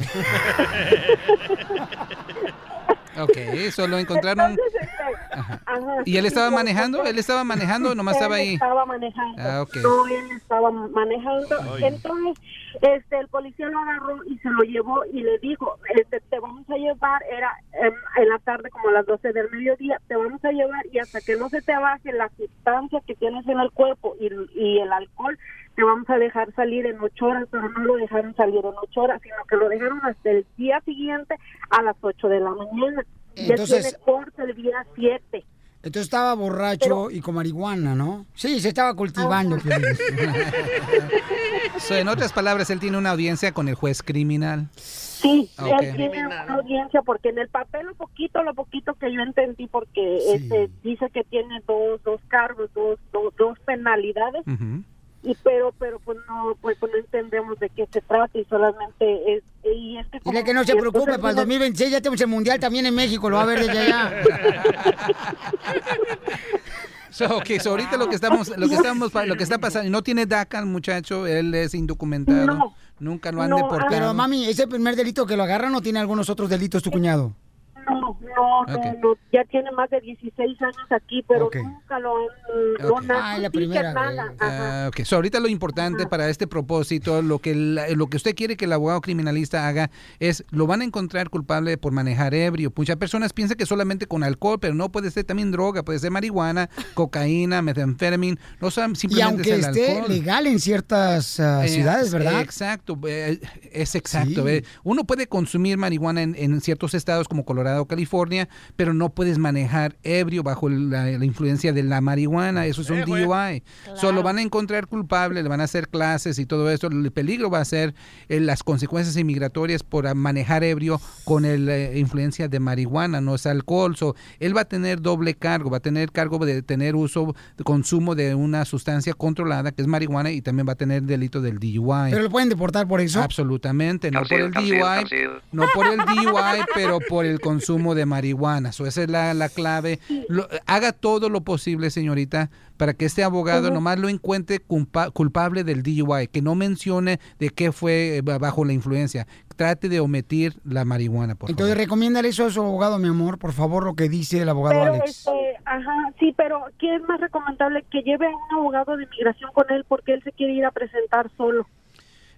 S26: Ok, eso lo encontraron.
S18: Entonces, este, ajá,
S26: ¿Y él estaba
S18: sí,
S26: manejando? ¿Él estaba manejando o nomás
S18: Él
S26: estaba ahí?
S18: Estaba manejando.
S26: Ah, ok.
S18: No, él estaba manejando.
S26: Ay.
S18: Entonces, este, el policía lo agarró y se lo llevó y le dijo, este, te vamos a llevar, era em, en la tarde como a las 12 del mediodía, te vamos a llevar y hasta que no se te baje la sustancia que tienes en el cuerpo y, y el alcohol, te vamos a dejar salir en ocho horas, pero no lo dejaron salir en ocho horas, sino que lo dejaron hasta el día siguente a las 8 de la mañana. Y él
S1: Entonces-
S18: tiene corte el día 7.
S1: Entonces estaba borracho y con marihuana, ¿no? Sí, se estaba
S18: ah,
S1: cultivando. Piolín.
S26: pues. So, en otras palabras, él tiene una audiencia con el juez criminal.
S18: Sí,
S26: Ok.
S1: Ah,
S18: él tiene una audiencia porque en el papel lo poquito, lo poquito que yo entendí porque
S26: Sí.
S18: este, dice que tiene dos, dos cargos, dos, dos, dos penalidades
S26: Ujú.
S18: y pero pero pues no pues, pues no entendemos de qué se trata y solamente es y es que
S1: Dile
S18: como
S1: que no se
S18: que
S1: preocupe,
S18: entonces
S1: para el
S18: uno-
S1: 2026 ya tenemos el mundial también en México, lo va a ver desde allá.
S26: So, ok, so ahorita lo que estamos, lo que estamos, pa- lo que está pasando, no tiene DACA el muchacho, él es indocumentado, nunca lo han deportado.
S1: Pero mami, ¿es el primer delito que lo agarran o tiene algunos otros delitos
S26: Eh,
S1: tu cuñado?
S18: no, no, no,
S1: Ok.
S18: no, ya tiene más de 16 años aquí, pero
S26: Ok.
S18: nunca lo han, no
S26: Ok.
S18: nada,
S1: Ah, la
S18: no
S1: primera
S18: dicen nada.
S26: Ah, ok. So, ahorita lo importante para este propósito, lo que, la- lo que usted quiere que el abogado criminalista haga es, lo van a encontrar culpable por manejar ebrio. Muchas personas piensan que solamente con alcohol, pero no puede ser también droga, puede ser marihuana, cocaína, metanfetamina, no saben,
S1: Y
S26: simplemente
S1: aunque
S26: es el
S1: esté
S26: alcohol.
S1: legal en ciertas ah,
S26: Eh,
S1: ciudades, ¿verdad?
S26: Exacto, eh, es exacto.
S1: Sí.
S26: eh. Uno puede consumir marihuana en, en ciertos estados como Colorado o California, pero no puedes manejar ebrio bajo la, la influencia de la marihuana. Eso es un
S1: Eh, güey.
S26: DUI. Solo van a encontrar culpable, le van a hacer clases y todo eso. El peligro va a ser eh, las consecuencias inmigratorias por ah, manejar ebrio con el, eh, influencia de marihuana, no es alcohol. So, él va a tener doble cargo, va a tener cargo de tener uso, de consumo de una sustancia controlada que es marihuana y también va a tener delito del DUI.
S1: Pero lo pueden deportar por eso.
S26: Absolutamente, no por el
S1: cancel,
S26: DUI,
S1: cancel.
S26: no por el DUI, pero por el consumo de marihuana. So, esa es la, la clave. Lo- haga todo lo posible, señorita, para que este abogado
S27: Ujú.
S26: nomás lo encuentre culpa- culpable del DUI, que no mencione de qué fue eh, bajo la influencia. Trate de omitir la marihuana, por favor.
S1: Entonces, recomiéndale eso a su abogado, mi amor, por favor, lo que dice el abogado
S18: Pero,
S1: Alex.
S18: este, ajá, sí, pero ¿qué es más recomendable? Que lleve a un abogado de inmigración con él porque él se quiere ir a presentar solo.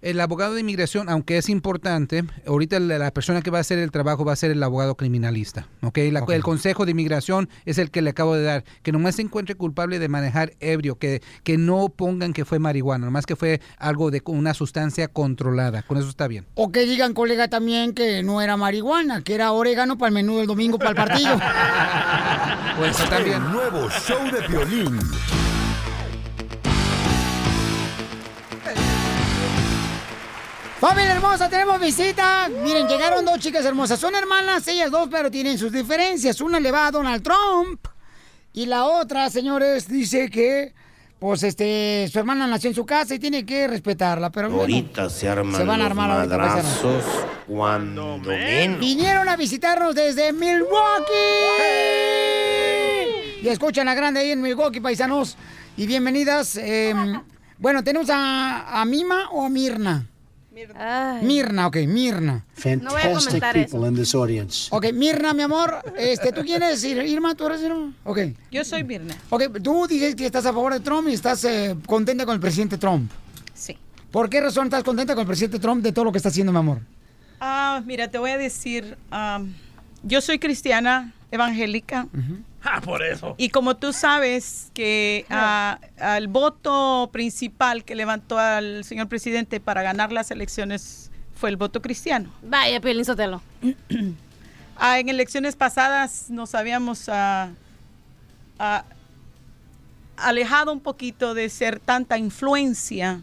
S26: el abogado de inmigración, aunque es importante, ahorita la, la persona que va a hacer el trabajo va a ser el abogado criminalista. ¿ok? La- El consejo de inmigración es el que le acabo de dar, que nomás se encuentre culpable de manejar ebrio, que, que no pongan que fue marihuana, nomás que fue algo de una sustancia controlada. Con eso está bien.
S1: O que digan, colega, también que no era marihuana, que era orégano para el menú del domingo para el partido.
S26: Pues está bien.
S6: El nuevo show de violín.
S1: Familia hermosa, tenemos visita. Miren, llegaron dos chicas hermosas. Son hermanas, ellas dos, pero tienen sus diferencias. Una le va a Donald Trump y la otra, señores, dice que, pues, este, su hermana nació en su casa y tiene que respetarla. Pero bueno,
S27: Ahorita se arman
S1: se van a
S27: los
S1: armar ahorita, pues,
S27: madrazos cuando menos.
S1: vinieron a visitarnos desde Milwaukee. Y escuchan la grande ahí en Milwaukee, paisanos. Y bienvenidas. eh, bueno, tenemos a, a Mima o Mirna. Mirna. Mirna, ok, Mirna. No voy a
S7: Fantastic
S1: comentar
S7: people in this audience.
S1: Ok, Mirna, mi amor, este, ¿tú quién eres? Ir- Irma, ¿tú eres Irma? Ok.
S28: Yo soy Mirna.
S1: Ok, tú dices que estás a favor de Trump y estás eh, contenta con el presidente Trump.
S28: Sí.
S1: ¿Por qué razón estás contenta con el presidente Trump de todo lo que está haciendo, mi amor?
S28: Ah, mira, te voy a decir, am, yo soy cristiana evangélica
S2: Ah, por eso.
S28: y como tú sabes que ah, al voto principal que levantó al señor presidente para ganar las elecciones fue el voto cristiano.
S3: Vaya, Piolín Sotelo.
S28: Ah, en elecciones pasadas nos habíamos ah, ah, alejado un poquito de ser tanta influencia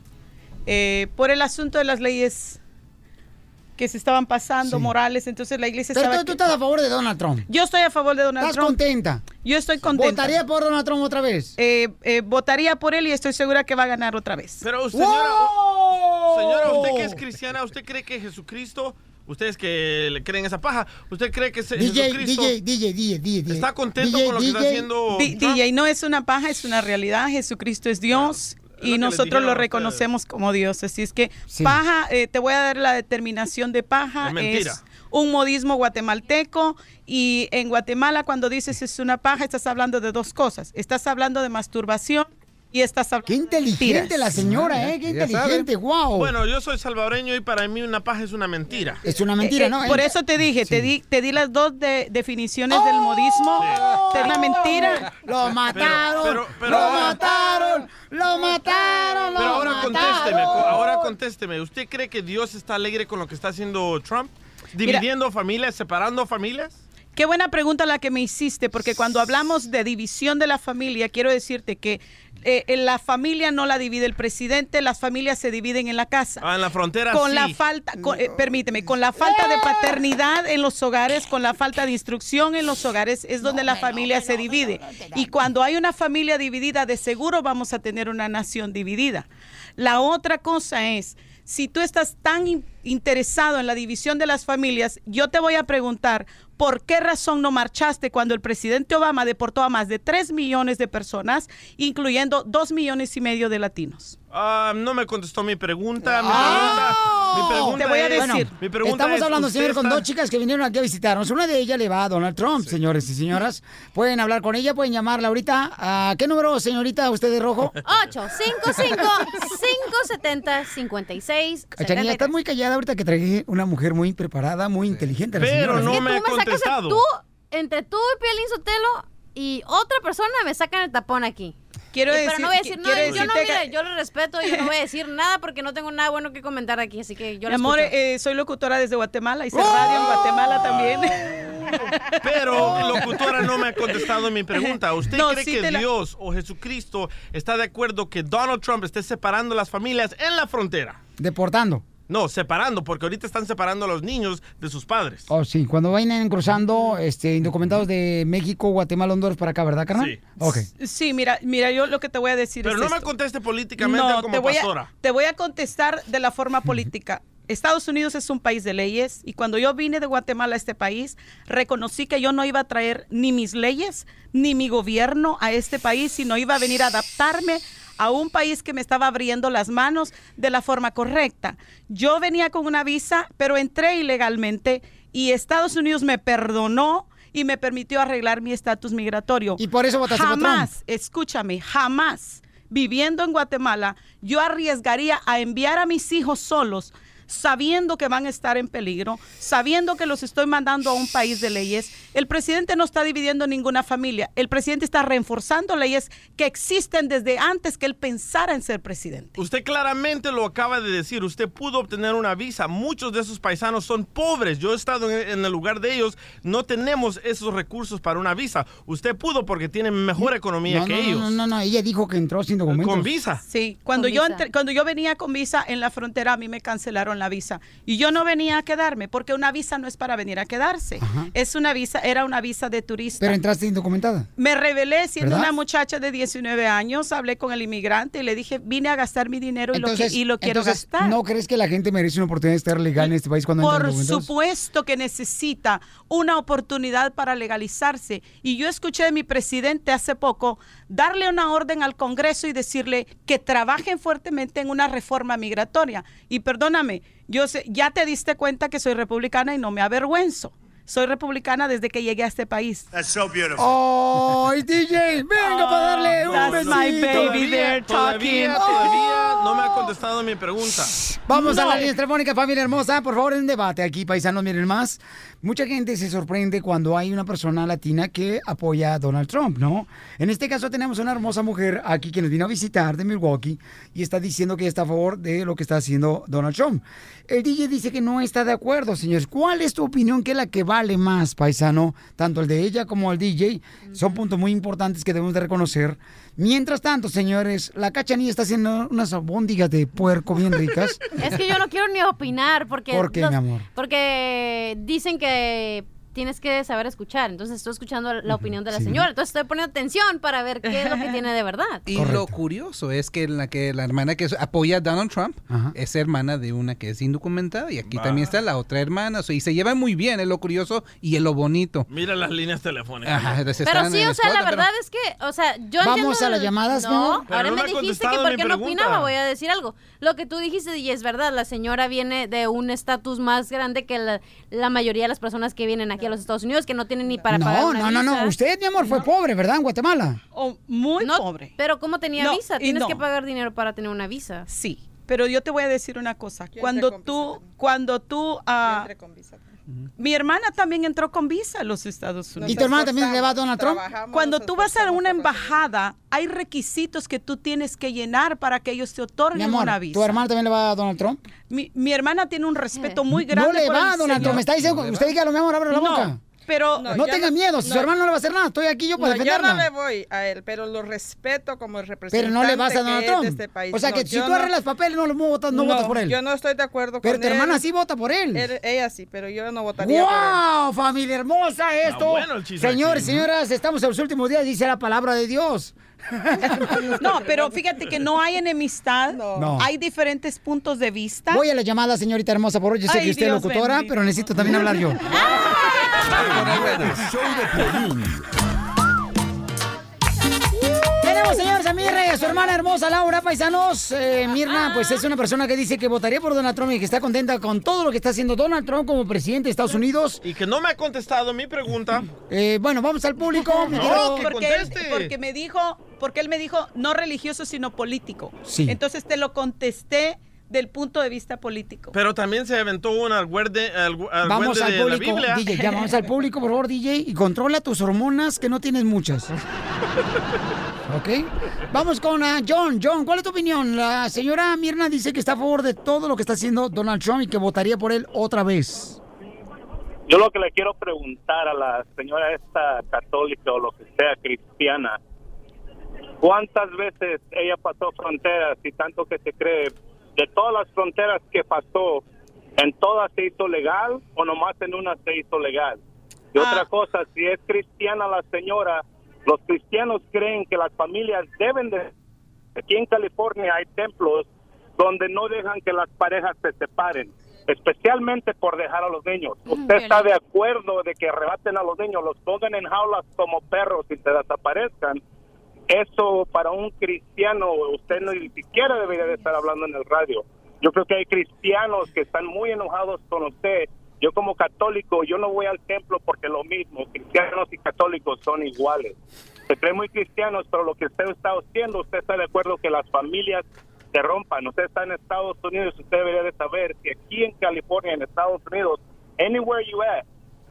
S28: eh, por el asunto de las leyes que se estaban pasando, morales. Entonces la iglesia
S1: Pero
S28: estaba
S1: tú, tú estás a favor de Donald Trump.
S28: Yo estoy a favor de Donald
S1: ¿Estás
S28: Trump.
S1: contenta?
S28: Yo estoy contenta.
S1: ¿Votaría por Donald Trump otra vez?
S28: Eh, eh, votaría por él y estoy segura que va a ganar otra vez.
S2: Pero usted, Oh, señora, oh, señora, usted que es cristiana, ¿usted cree que Jesucristo, ustedes que le creen esa paja, ¿usted cree que se-
S28: DJ,
S2: Jesucristo
S28: DJ,
S1: DJ, DJ, DJ.
S2: está contento con lo que está haciendo?
S28: Di- DJ, no es una paja, es una realidad. Jesucristo es Dios y
S2: les
S28: nosotros
S2: dijeron a
S28: lo
S2: ustedes.
S28: reconocemos como Dios. Así es que paja, eh, te voy a dar la determinación de paja.
S2: Es mentira.
S28: un modismo guatemalteco y en Guatemala cuando dices es una paja estás hablando de dos cosas. Estás hablando de masturbación y estás hablando Qué
S1: inteligente la señora, ¿eh? Qué inteligente, wow.
S2: Bueno, yo soy salvadoreño y para mí una paja es una mentira.
S1: Es una
S28: Eh, eh, Por eso te dije, te, di, te di las dos de- definiciones del modismo. Te Es la mentira.
S1: ¡Oh! Lo mataron, lo mataron, lo mataron, lo
S2: Pero ahora
S1: mataron.
S2: contésteme, co- ahora contésteme. ¿Usted cree que Dios está alegre con lo que está haciendo Trump? ¿Dividiendo familias, separando familias?
S28: Qué buena pregunta la que me hiciste, porque cuando hablamos de división de la familia, quiero decirte que eh, en la familia no la divide el presidente, las familias se dividen en la casa.
S2: Ah, en la frontera
S28: con
S2: sí.
S28: la falta, con- eh, permíteme, con la falta de paternidad en los hogares, con la falta de instrucción en los hogares, es donde la familia se divide. y cuando hay una familia dividida, de seguro vamos a tener una nación dividida. La otra cosa es, si tú estás tan in- interesado en la división de las familias, yo te voy a preguntar, ¿por qué razón no marchaste cuando el presidente Obama deportó a más de 3 millones de personas, incluyendo 2 millones y medio de latinos?
S2: Ah, no me contestó mi pregunta. Mi
S28: ¡Ah!
S2: pregunta, mi pregunta
S28: Te voy a
S2: es-
S28: decir.
S2: mi pregunta
S1: Estamos
S2: es,
S1: hablando,
S2: ¿usted
S1: señor, con
S2: está-
S1: dos chicas que vinieron aquí a visitarnos. Una de ellas le va a Donald Trump, señores y señoras. Pueden hablar con ella, pueden llamarla ahorita. ¿A qué número, señorita, usted de rojo?
S3: 855-570-56.
S1: Cachanilla, estás muy callada ahorita que traje una mujer muy preparada, muy inteligente. la señora.
S3: Es que tú me sacas a tú, entre tú y Piolín Sotelo y otra persona me sacan el tapón aquí.
S28: Quiero
S3: Y-
S28: decir-
S3: pero no voy a decir
S28: qui-
S3: nada.
S28: quiero
S3: Yo, no,
S28: decirte
S3: mira,
S28: que-
S3: yo lo respeto, yo no voy a decir nada porque no tengo nada bueno que comentar aquí, así que yo
S28: Mi
S3: lo
S28: amor,
S3: escucho.
S28: eh, soy locutora desde Guatemala, hice radio en Guatemala también.
S2: Pero locutora no me ha contestado mi pregunta. ¿Usted
S28: No,
S2: cree
S28: sí
S2: que
S28: te la-
S2: Dios o Jesucristo está de acuerdo que Donald Trump esté separando las familias en la frontera?
S1: Deportando.
S2: No, separando, porque ahorita están separando a los niños de sus padres.
S1: Oh, sí, cuando vayan cruzando este, indocumentados de México, Guatemala, Honduras para acá, ¿verdad, carnal?
S2: Sí.
S1: Ok.
S28: Sí, mira, mira, yo lo que te voy a decir
S2: Pero
S28: es
S2: no me
S28: esto.
S2: conteste políticamente
S28: No,
S2: como
S28: te voy a-
S2: pastora.
S28: te voy a contestar de la forma política. Estados Unidos es un país de leyes y cuando yo vine de Guatemala a este país, reconocí que yo no iba a traer ni mis leyes ni mi gobierno a este país, sino iba a venir a adaptarme a un país que me estaba abriendo las manos de la forma correcta. Yo venía con una visa, pero entré ilegalmente y Estados Unidos me perdonó y me permitió arreglar mi estatus migratorio. Y
S1: por eso votaste por
S28: jamás, escúchame, jamás viviendo en Guatemala, yo arriesgaría a enviar a mis hijos solos sabiendo que van a estar en peligro, sabiendo que los estoy mandando a un país de leyes. El presidente no está dividiendo ninguna familia, el presidente está reforzando leyes que existen desde antes que él pensara en ser presidente.
S2: Usted claramente lo acaba de decir, usted pudo obtener una visa, muchos de esos paisanos son pobres, yo he estado en, en el lugar de ellos, no tenemos esos recursos para una visa, usted pudo porque tiene mejor economía
S1: No,
S2: que
S1: no,
S2: ellos.
S1: No, no, no, ella dijo que entró sin documentos.
S2: Con visa.
S28: Sí, cuando
S2: Con
S28: yo
S2: visa.
S28: entré- cuando yo venía con visa en la frontera a mí me cancelaron la visa y yo no venía a quedarme porque una visa no es para venir a quedarse.
S1: Ajá.
S28: Es una visa, era una visa de turista.
S1: Pero entraste indocumentada.
S28: Me revelé siendo
S1: ¿Verdad?
S28: una muchacha de 19 años, hablé con el inmigrante y le dije, vine a gastar mi dinero y,
S1: Entonces,
S28: lo, que- y lo quiero
S1: entonces,
S28: gastar.
S1: ¿no crees que la gente merece una oportunidad de estar legal en este país cuando entra
S28: Por
S1: indocumentados?
S28: supuesto que necesita una oportunidad para legalizarse. Y yo escuché de mi presidente hace poco darle una orden al Congreso y decirle que trabajen fuertemente en una reforma migratoria. Y perdóname, yo sé- ya te diste cuenta que soy republicana y no me avergüenzo. Soy republicana desde que llegué a este país.
S4: That's so beautiful.
S1: ¡Ay, DJ! ¡Venga para darle un
S28: That's my
S1: besito!
S28: baby there talking.
S2: Todavía,
S28: Oh.
S2: todavía no me ha contestado mi pregunta.
S1: Vamos a
S2: No.
S1: la línea telefónica, familia hermosa. Por favor, en debate aquí, paisanos, miren más. Mucha gente se sorprende cuando hay una persona latina que apoya a Donald Trump, ¿no? En este caso tenemos una hermosa mujer aquí que nos vino a visitar de Milwaukee y está diciendo que ella está a favor de lo que está haciendo Donald Trump. El DJ dice que no está de acuerdo, señores. ¿Cuál es tu opinión que es la que vale más, paisano? Tanto el de ella como el DJ son puntos muy importantes que debemos de reconocer. Mientras tanto, señores, la cachanilla está haciendo unas albóndigas de puerco bien ricas.
S3: Es que yo no quiero ni opinar porque...
S1: ¿Por qué,
S3: los-
S1: mi amor?
S3: Porque dicen que tienes que saber escuchar. Entonces estoy escuchando la opinión de la
S26: sí.
S3: señora. Entonces estoy poniendo atención para ver qué es lo que tiene de verdad.
S26: Y lo curioso es que la, que la hermana que apoya a Donald Trump es hermana de una que es indocumentada y aquí también está la otra hermana. o sea, y se llevan muy bien, es lo curioso y es lo bonito.
S2: Mira las líneas telefónicas.
S26: Ajá, entonces
S3: Pero
S26: están
S3: sí,
S26: en
S3: o sea, la
S26: escuadra, pero-
S3: verdad es que, o sea, yo
S1: Vamos
S3: entiendo
S1: a las
S3: el-
S1: llamadas, mi amor.
S3: No,
S1: Pero
S3: ahora
S1: no
S3: me
S1: ha
S3: dijiste que
S1: contestado
S3: por
S1: mi
S3: qué no
S1: pregunta.
S3: opinaba, voy a decir algo. Lo que tú dijiste, y es verdad, la señora viene de un estatus más grande que la, la mayoría de las personas que vienen aquí a los Estados Unidos, que no tienen ni para pagar
S1: no,
S3: una
S1: no, no,
S3: visa.
S1: no. Usted, mi amor, fue pobre, ¿verdad? En Guatemala.
S28: O muy
S3: No,
S28: pobre.
S3: Pero ¿cómo tenía
S28: No,
S3: visa?
S28: y
S3: Tienes
S28: no.
S3: que pagar dinero para tener una visa.
S28: Sí, pero yo te voy a decir una cosa. Cuando tú, cuando tú, ah, mi hermana también entró con visa a los Estados Unidos.
S1: ¿Y tu hermana también le va a Donald Trump? trabajamos,
S28: Cuando tú vas a una embajada, hay requisitos que tú tienes que llenar para que ellos te otorguen
S1: Mi amor,
S28: una visa.
S1: ¿tu hermana también le va a Donald Trump?
S28: Mi, mi hermana tiene un respeto muy grande.
S1: No le
S28: por
S1: va a
S28: el
S1: Donald
S28: señor.
S1: Trump. Me está diciendo, usted dígale, mi amor, abre la
S28: No,
S1: boca.
S28: Pero
S1: No,
S29: yo
S1: tenga
S29: no-
S1: miedo, si su
S29: no.
S1: hermano no le va a hacer nada, estoy aquí yo para
S29: No, yo
S1: defenderla.
S29: no le voy a él, pero lo respeto como el
S1: Pero
S29: representante
S1: no le vas a Donald
S29: que es
S1: Trump.
S29: de este país.
S1: O sea que
S29: No,
S1: si
S29: yo
S1: tú
S29: no-
S1: arreglas papeles, no, lo- no votas, no, votas por él.
S29: Yo no estoy de acuerdo
S1: Pero
S29: con él.
S1: tu hermana sí vota por él.
S29: Ella sí, pero yo no votaría por él.
S1: ¡Wow! ¡Familia hermosa esto!
S29: bueno el chisme
S1: Señores,
S29: aquí.
S1: señoras, estamos en los últimos días, dice la palabra de Dios.
S28: No, pero fíjate que no hay enemistad.
S1: No.
S28: Hay diferentes puntos de vista.
S1: Voy a la llamada, señorita hermosa, por hoy. Yo sé
S28: Ay,
S1: que usted
S28: Dios
S1: es locutora,
S28: bendito.
S1: pero necesito también hablar yo. Tenemos, señores, a Mirna y a su hermana hermosa Laura Paisanos. Eh, Mirna, pues es una persona que dice que votaría por Donald Trump y que está contenta con todo lo que está haciendo Donald Trump como presidente de Estados Unidos.
S2: Y que no me ha contestado mi pregunta.
S1: Eh, bueno, vamos al público. mi querido-
S28: No, porque, él- porque me dijo, porque él me dijo no religioso sino político.
S2: Sí.
S28: Entonces te lo contesté del punto de vista político.
S2: Pero también se aventó un arguerde, algu-
S1: Vamos
S2: arguerde
S1: al
S2: de la
S1: público,
S2: Biblia.
S1: DJ, ya vamos al público, por favor, DJ, y controla tus hormonas, que no tienes muchas. ¿Ok? Vamos con ah, John. John, ¿cuál es tu opinión? La señora Mirna dice que está a favor de todo lo que está haciendo Donald Trump y que votaría por él otra vez.
S30: Yo lo que le quiero preguntar a la señora esta católica o lo que sea cristiana, ¿cuántas veces ella pasó fronteras y tanto que se cree? De todas las fronteras que pasó, ¿en todas se hizo legal o nomás en una se hizo legal? Y otra cosa, si es cristiana la señora, los cristianos creen que las familias deben de... Aquí en California hay templos donde no dejan que las parejas se separen, especialmente por dejar a los niños. ¿Usted está de acuerdo de que arrebaten a los niños, los pongan en jaulas como perros y se desaparezcan? Eso para un cristiano, usted no ni siquiera debería de estar hablando en el radio. Yo creo que hay cristianos que están muy enojados con usted. Yo como católico, yo no voy al templo porque lo mismo, cristianos y católicos son iguales. se creen muy cristianos, pero lo que usted está haciendo, usted está de acuerdo que las familias se rompan. Usted está en Estados Unidos, usted debería de saber que aquí en California, en Estados Unidos, anywhere you at,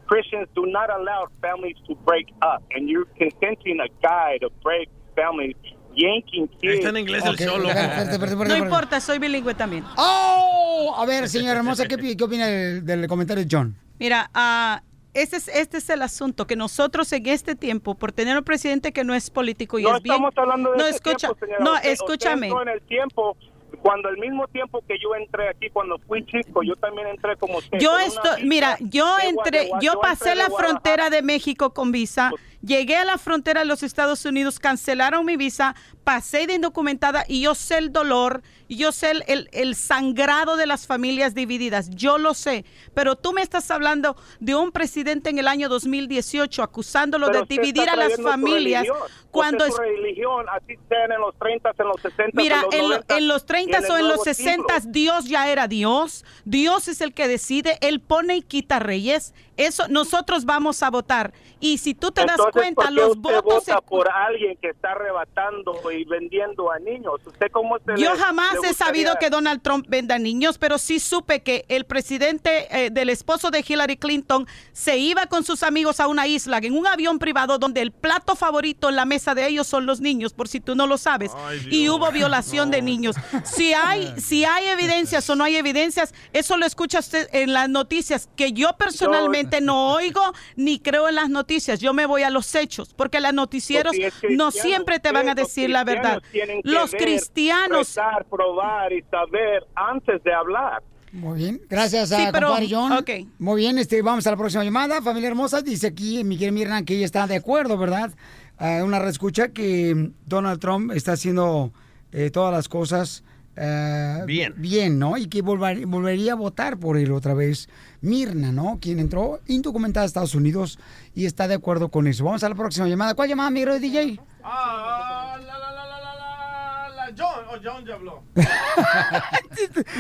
S30: Christians do not allow families to break up, and you're consenting a guy to break families, yanking kids.
S2: Está en inglés el show, loco.
S28: No importa, soy bilingüe también.
S1: ¡Oh! A ver, señora hermosa, ¿qué, pi- qué opina del, del comentario de John?
S28: Mira, ah, este, es, este es el asunto, que nosotros en este tiempo, por tener un presidente que no es político y
S30: no
S28: es bien...
S30: estamos hablando de
S28: no,
S30: ese
S28: escucha,
S30: tiempo, señora.
S28: no,
S30: Usted- usted
S28: escúchame.
S30: entró en el tiempo, cuando al mismo tiempo que yo entré aquí, cuando fui chico, yo también entré como usted.
S28: Yo
S30: con una
S28: estoy,
S30: visa
S28: mira, yo
S30: de Gua- de
S28: entré,
S30: Gua-
S28: yo
S30: entré
S28: pasé
S30: de Guadalajara.
S28: la
S30: Pues
S28: frontera de México con visa, llegué a la frontera de los Estados Unidos, cancelaron mi visa, pasé de indocumentada y yo sé el dolor, y yo sé el, el- el sangrado de las familias divididas, yo lo sé, pero tú me estás hablando de un presidente en el año 2018 acusándolo
S30: Pero
S28: de
S30: usted está
S28: dividir a las
S30: trayendo su
S28: familias
S30: religión. Usted,
S28: cuando
S30: su
S28: es-
S30: religión, así sea en los 30, en los 60,
S28: Mira, en,
S30: en
S28: lo-
S30: los 90,
S28: en los 30
S30: el
S28: o en los
S30: nuevo
S28: 60
S30: siglo.
S28: Dios ya era Dios. Dios es el que decide, Él pone y quita reyes. Eso nosotros vamos a votar. Y si tú te das
S30: Entonces, ¿por
S28: cuenta,
S30: qué
S28: los
S30: usted
S28: votos... se-
S30: vota por alguien que está arrebatando y vendiendo a niños. ¿Usted cómo se
S28: Yo
S30: le-
S28: jamás
S30: le
S28: he sabido
S30: gustaría?
S28: que Donald Trump venda niños, pero sí supe que el presidente eh, del esposo de Hillary Clinton se iba con sus amigos a una isla en un avión privado donde el plato favorito en la mesa de ellos son los niños, por si tú no lo sabes. y hubo violación de niños. Si hay, si hay evidencias o no hay evidencias, eso lo escucha usted en las noticias, que yo personalmente no oigo ni creo en las noticias. Yo me voy a los hechos, porque los noticieros
S30: Porque es
S28: no
S30: cristiano,
S28: siempre te van a
S30: ustedes, los
S28: decir la verdad.
S30: cristianos tienen que
S28: Los
S30: ver,
S28: cristianos
S30: Rezar, probar y saber antes de hablar.
S1: Muy bien, gracias a
S28: Sí, pero-
S1: compadre John.
S28: ok.
S1: Muy bien, este, vamos a la próxima llamada. Familia hermosa, dice aquí Miguel Mirna que ella está de acuerdo, ¿verdad? Ah, una reescucha que Donald Trump está haciendo eh, todas las cosas eh, bien. ¿no? Y que volvar- volvería a votar por él otra vez. Mirna, ¿no? Quien entró indocumentada a Estados Unidos y está de acuerdo con eso. Vamos a la próxima llamada. ¿Cuál llamada, Miguel DJ?
S2: Ah, la, la, la, la, la, la, la, John, oh, John ya habló.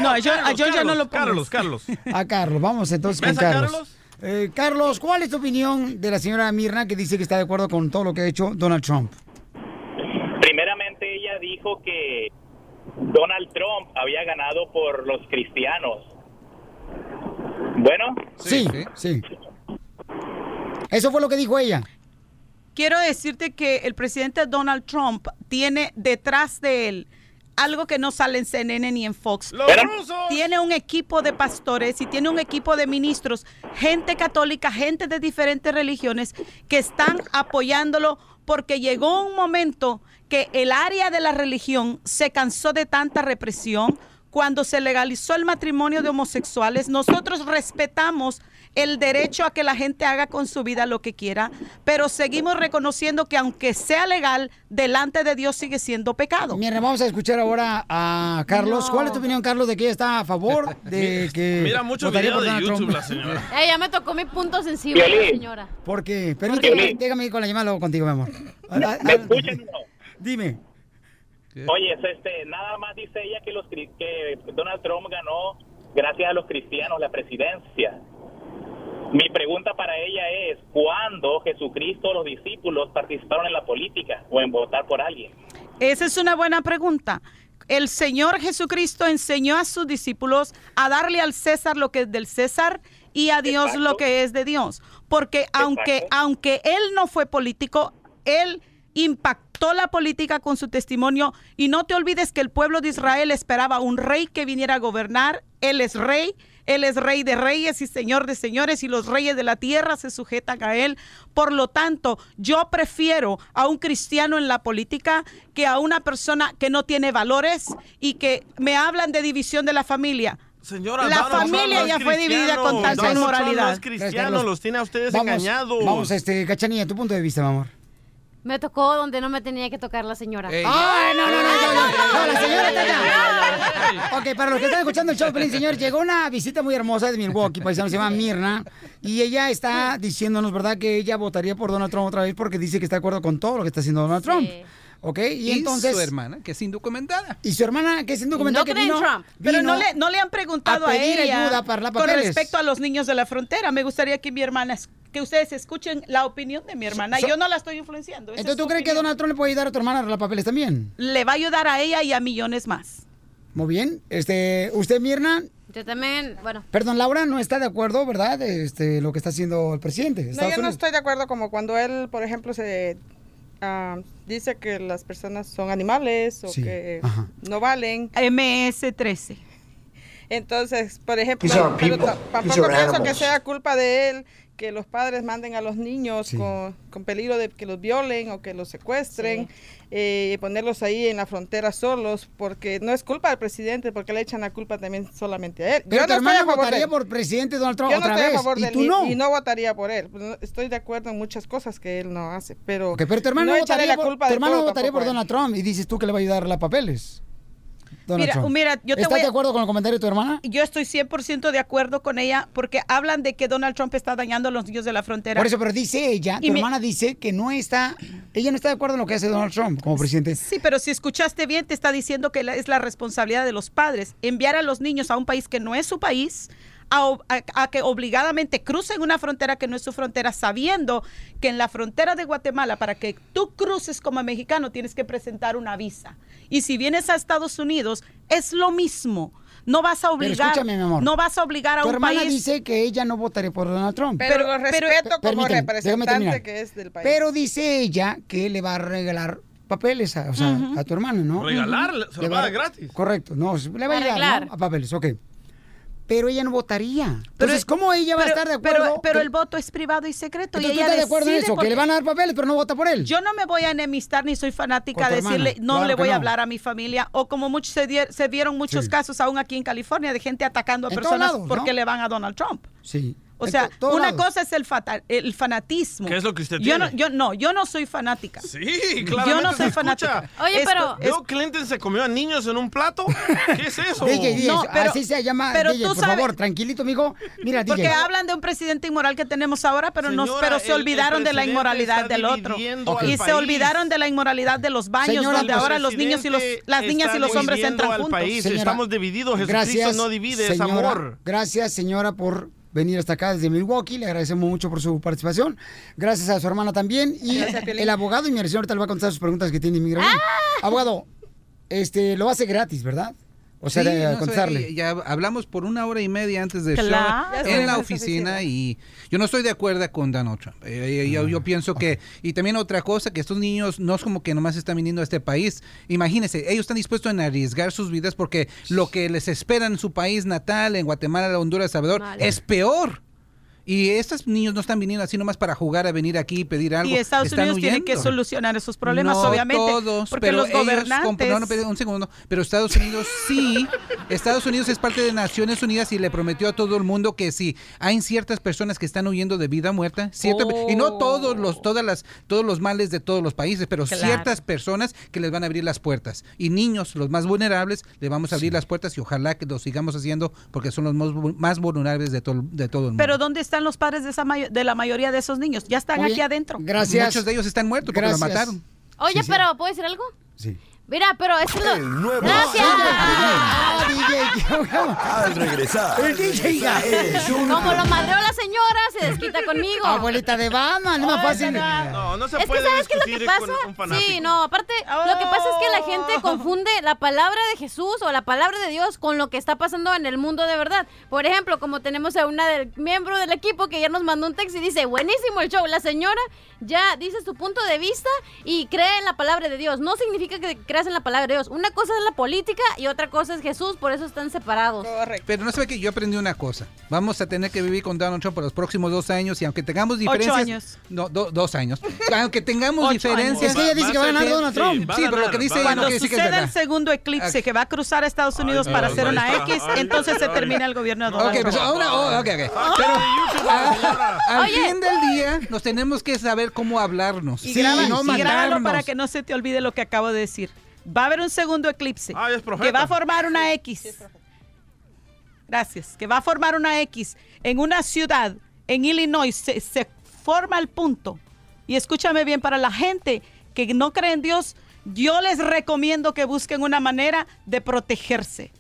S28: No, a John, a
S2: Carlos,
S28: John ya no lo pongas.
S2: Carlos, Carlos.
S1: A Carlos, vamos entonces con
S2: ¿Ves a
S1: Carlos. Eh, Carlos, ¿cuál es tu opinión de la señora Mirna que dice que está de acuerdo con todo lo que ha hecho Donald Trump?
S4: Primeramente ella dijo que Donald Trump había ganado por los cristianos. Bueno,
S1: Sí, sí. Eso fue lo que dijo ella.
S30: pues
S28: Quiero decirte que el presidente Donald Trump tiene detrás de él algo que no sale en CNN ni en Fox. Tiene un equipo de pastores y tiene un equipo de ministros, gente católica, gente de diferentes religiones que están apoyándolo porque llegó un momento que el área de la religión se cansó de tanta represión. Cuando se legalizó el matrimonio de homosexuales, nosotros respetamos el derecho a que la gente haga con su vida lo que quiera, pero seguimos reconociendo que aunque sea legal, delante de Dios sigue siendo pecado.
S1: Mira, vamos a escuchar ahora a Carlos. ¿Cuál es tu opinión, Carlos, de que ella está a favor de que
S2: Mira muchos
S1: votaría
S2: videos
S1: por
S2: de
S1: Donald
S2: YouTube
S1: Trump?
S2: la señora.
S3: Eh, ya me tocó mi punto sensible,
S1: Violín.
S3: señora.
S1: ¿Por qué? Permíteme,
S3: Porque-
S1: déjame ir con la llamada luego contigo, mi amor. Ah, ah,
S4: ¿Me escuchan o no?
S1: Dime.
S4: Oye, es este, nada más dice ella que, los, cri- que Donald Trump ganó gracias a los cristianos la presidencia. Mi pregunta para ella es, ¿cuándo Jesucristo o los discípulos participaron en la política o en votar por alguien?
S28: Esa es una buena pregunta. El Señor Jesucristo enseñó a sus discípulos a darle al César lo que es del César y a Dios lo que es de Dios. Porque aunque, aunque él no fue político, él impactó la política con su testimonio. Y no te olvides que el pueblo de Israel esperaba un rey que viniera a gobernar. Él es rey. Él es rey de reyes y señor de señores y los reyes de la tierra se sujetan a él. Por lo tanto, yo prefiero a un cristiano en la política que a una persona que no tiene valores y que me hablan de división de la familia.
S2: Señora,
S28: la
S2: Donald Trump
S28: familia
S2: no es
S28: ya fue dividida
S2: cristiano.
S28: con tanta
S2: Donald Trump no es
S28: inmoralidad.
S2: cristiano,
S1: Carlos.
S2: los tiene a ustedes
S1: Vamos,
S2: engañados.
S1: Vamos, este, Cachanilla, tu punto de vista, mi amor.
S3: Me tocó donde no me tenía que tocar la señora.
S1: ¡Ay, no, no, no, no, no, no, la señora está allá! Ok, para los que están escuchando el show, Pelín, señor, llegó una visita muy hermosa de Milwaukee, paisano, se llama Mirna, y ella está diciéndonos, ¿verdad?, que ella votaría por Donald Trump otra vez porque dice que está de acuerdo con todo lo que está haciendo Donald Trump. ¿Ok? Y,
S26: Y
S1: entonces...
S26: su hermana, que es indocumentada.
S1: Y su hermana, que es indocumentada, que vino...
S28: Pero
S1: vino-
S28: no le, no le han preguntado
S1: a
S28: a,
S1: pedir
S28: ella
S1: ayuda para la
S28: con
S1: papeles.
S28: respecto a los niños de la frontera. Me gustaría que mi hermana es- que ustedes escuchen la opinión de mi hermana.
S1: So-
S28: Yo no la estoy influenciando. esa
S1: Entonces,
S28: es
S1: ¿tú
S28: su
S1: crees que
S28: opinión.
S1: Donald Trump le puede ayudar a tu hermana a arreglar papeles también?
S28: Le va a ayudar a ella y a millones más.
S1: Muy bien. Este, usted, Mirna,
S3: Yo también, bueno.
S1: perdón, Laura, no está de acuerdo, ¿verdad? Este, lo que está haciendo el presidente. de
S29: No,
S1: Estados
S29: yo no
S1: Unidos.
S29: estoy de acuerdo como cuando él, por ejemplo, se ah, dice que las personas son animales o
S28: Sí,
S29: que
S28: ajá.
S29: no valen.
S28: MS-13.
S29: Entonces, por ejemplo,
S28: These are
S29: pero
S28: people.
S29: ta-
S28: These
S29: tampoco
S28: are
S29: pienso que
S28: animals.
S29: sea culpa de él que los padres manden a los niños con, con peligro de que los violen o que los secuestren eh, y ponerlos ahí en la frontera solos, porque no es culpa del presidente, porque le echan la culpa también solamente a él.
S1: Pero tu
S29: no estoy
S1: hermana
S29: a favor de
S1: votaría
S29: él.
S1: por presidente Donald Trump
S29: Yo no
S1: otra
S29: estoy a
S1: vez.
S29: favor
S1: y
S29: de él
S1: tú no.
S29: y no votaría por él. Pues, No- Estoy de acuerdo en muchas cosas que él no hace, pero,
S1: Ok, pero tu hermano
S29: no echaré
S1: votaría,
S29: la
S1: por,
S29: culpa
S1: tu
S29: de
S1: hermano
S29: todo
S1: votaría
S29: tampoco
S1: por
S29: a él.
S1: Donald Trump y dices tú que le va a ayudar a arreglar papeles. Donald
S28: Mira,
S1: Trump.
S28: mira, yo te
S1: ¿Estás
S28: voy
S1: de
S28: a-
S1: acuerdo con el comentario de tu hermana?
S28: Yo estoy 100% de acuerdo con ella porque hablan de que Donald Trump está dañando a los niños de la frontera.
S1: Por eso, pero dice ella,
S28: Y
S1: tu
S28: mi-
S1: hermana dice que no está, ella no está de acuerdo en lo que hace Donald Trump como presidente.
S28: Sí, pero si escuchaste bien, te está diciendo que la- es la responsabilidad de los padres enviar a los niños a un país que no es su país. A, ob- a- a que obligadamente crucen una frontera que no es su frontera, sabiendo que en la frontera de Guatemala, para que tú cruces como mexicano, tienes que presentar una visa. Y si vienes a Estados Unidos, es lo mismo. No vas a obligar,
S1: escúchame, mi amor.
S28: no vas a obligar a
S1: Tu
S28: un
S1: hermana
S28: país.
S1: dice que ella no votaría por Donald Trump.
S29: Pero, lo respeto como
S1: permíteme, déjame
S29: representante
S1: terminar.
S29: que es del país.
S1: Pero dice ella que le va a regalar papeles a, o sea, a tu hermana, ¿no?
S2: Regalar, se
S1: Le
S2: lo va a dar gratis.
S1: Correcto, no, se- le va a
S2: Arreglar.
S1: ayudar ¿no? a papeles, ok. Pero ella no votaría. Entonces, ¿cómo ella va
S28: pero-
S1: a estar de acuerdo?
S28: pero- Pero, el voto es privado y secreto.
S1: Entonces, ¿tú
S28: y ella
S1: estás de acuerdo en
S28: decide
S1: eso?
S28: por
S1: Que le
S28: qué.
S1: van a dar papeles, pero no vota por él.
S28: Yo no me voy a enemistar ni soy
S1: Con
S28: fanática
S1: tu
S28: de decirle,
S1: hermana,
S28: no
S1: claro
S28: le
S1: que
S28: voy
S1: no.
S28: a hablar a mi familia. O como muchos se, dier- se vieron muchos
S1: Sí.
S28: casos aún aquí en California de gente atacando a
S1: En todos
S28: personas
S1: lados, ¿no?
S28: porque le van a Donald Trump.
S1: Sí.
S28: O
S1: En
S28: sea,
S1: to- todos
S28: una
S1: lados.
S28: cosa es el, fata- el fanatismo.
S2: ¿Qué es lo que usted
S28: yo no,
S2: tiene?
S28: yo no, yo no soy fanática.
S2: Sí,
S28: Yo no
S2: claramente
S28: soy
S2: se escucha.
S28: fanática. Esto es-
S2: Bill Clinton se comió a niños en un plato? ¿Qué es eso?
S1: DJ, DJ, así se llama.
S28: pero
S1: DJ,
S28: tú
S1: por
S28: sabes-
S1: favor, tranquilito, amigo. Mira,
S28: Porque
S1: DJ.
S28: hablan de un presidente inmoral que tenemos ahora, pero no,
S1: Señora,
S28: pero se
S1: el- el
S28: olvidaron de la
S1: presidente
S28: inmoralidad
S1: está
S28: del otro.
S1: dividiendo Ok. al
S28: Y se
S1: país.
S28: olvidaron de la inmoralidad de los baños,
S2: Señora,
S28: donde
S2: el
S28: ahora los niños y los,
S2: presidente
S28: las niñas y
S2: está
S28: los hombres
S2: dividiendo
S28: entran
S2: al
S28: juntos.
S2: país. Estamos divididos, Jesucristo no divide, es
S1: señora,
S2: amor.
S1: Gracias, señora, por venir hasta acá desde Milwaukee. Le agradecemos mucho por su participación. Gracias a su hermana también. Y
S28: Gracias, Piolín.
S1: el abogado, inmigración, ahorita le va a contestar sus preguntas que tiene inmigración. Abogado, este, lo hace gratis, ¿verdad? O sea,
S26: Sí,
S1: de
S26: no, soy-
S1: contestarle.
S26: ya hablamos por una hora y media antes del
S1: Claro.
S26: show
S1: Ya
S26: en la
S1: sé,
S26: oficina y yo no estoy de acuerdo con Donald Trump. Eh, eh, yo,
S1: Ah,
S26: yo pienso que, y también otra cosa, que estos niños no es como que nomás están viniendo a este país. Imagínense, ellos están dispuestos a arriesgar sus vidas porque lo que les espera en su país natal, en Guatemala, Honduras, Salvador,
S28: Mal.
S26: es peor. Y estos niños no están viniendo así nomás para jugar a venir aquí y pedir algo.
S28: Y Estados
S26: están
S28: Unidos tiene que
S26: huyendo.
S28: solucionar esos problemas,
S26: No
S28: obviamente.
S26: todos,
S28: porque
S26: pero
S28: los
S26: ellos
S28: gobernantes.
S26: comp- no, no, pero un segundo. Pero Estados Unidos sí. Estados Unidos es parte de Naciones Unidas y le prometió a todo el mundo que sí. Hay ciertas personas que están huyendo de vida muerta. cierto- Y
S28: Oh.
S26: no todos los, todas las, todos los males de todos los países, pero
S28: Claro.
S26: ciertas personas que les van a abrir las puertas. Y niños, los más vulnerables, le vamos a abrir las puertas y ojalá que lo sigamos haciendo porque son los más, vu- más vulnerables de, todo de todo el mundo.
S28: Pero ¿dónde están los padres de, esa mayo- de la mayoría de esos niños? Ya están
S26: Oye,
S28: aquí adentro.
S26: Muchos de ellos están muertos porque los
S28: Gracias.
S26: mataron.
S3: Oye,
S26: Sí, sí.
S3: pero pues, ¿puedo decir algo?
S1: Sí.
S3: Mira, pero es lo- Gracias.
S1: Ah,
S6: Al regresar.
S1: El DJ ya.
S6: El show de
S3: Como lo
S6: Piolín.
S3: madreó la señora, se desquita conmigo.
S1: Abuelita de Batman, Ah, es más fácil.
S3: Ah, No,
S2: no se
S3: es
S2: puede
S3: que ¿sabes qué es lo que
S2: discutir
S3: pasa?
S2: con un fanático.
S3: sí, no, aparte, lo que pasa es que la gente confunde la palabra de Jesús o la palabra de Dios con lo que está pasando en el mundo de verdad. Por ejemplo, como tenemos a una del miembro del equipo que ya nos mandó un texto y dice, buenísimo el show, la señora ya dice su punto de vista y cree en la palabra de Dios. No significa que creas en la palabra de Dios. Una cosa es la política y otra cosa es Jesús, por eso están separados.
S26: Pero no sabe que yo aprendí una cosa. Vamos a tener que vivir con Donald Trump por los próximos dos años y aunque tengamos diferencias.
S28: años.
S26: No, do- dos años. Aunque tengamos
S28: Ocho
S26: diferencias.
S28: años. Es que ella dice que va a ganar Donald Trump.
S26: Sí, pero lo que dice ella no
S28: Cuando
S26: quiere decir que es
S28: suceda el
S26: verdad.
S28: segundo eclipse que va a cruzar a Estados Unidos
S26: Ay,
S28: para
S26: ay,
S28: hacer
S26: ay,
S28: una
S26: ay,
S28: X,
S26: ay,
S28: entonces se
S26: ay.
S28: termina el gobierno de Donald
S26: Ok, pues
S28: Trump.
S26: ahora, oh, ok, ok. Pero a- al fin del día nos tenemos que saber cómo hablarnos.
S28: Y, graba-
S26: no
S28: y grábalo para
S26: mandarnos.
S28: que no se te olvide lo que acabo de decir. Va a haber un segundo eclipse que va a formar una X. Gracias. Que va a formar una X en una ciudad en Illinois. Se, se forma el punto. Y escúchame bien, para la gente que no cree en Dios, yo les recomiendo que busquen una manera de protegerse.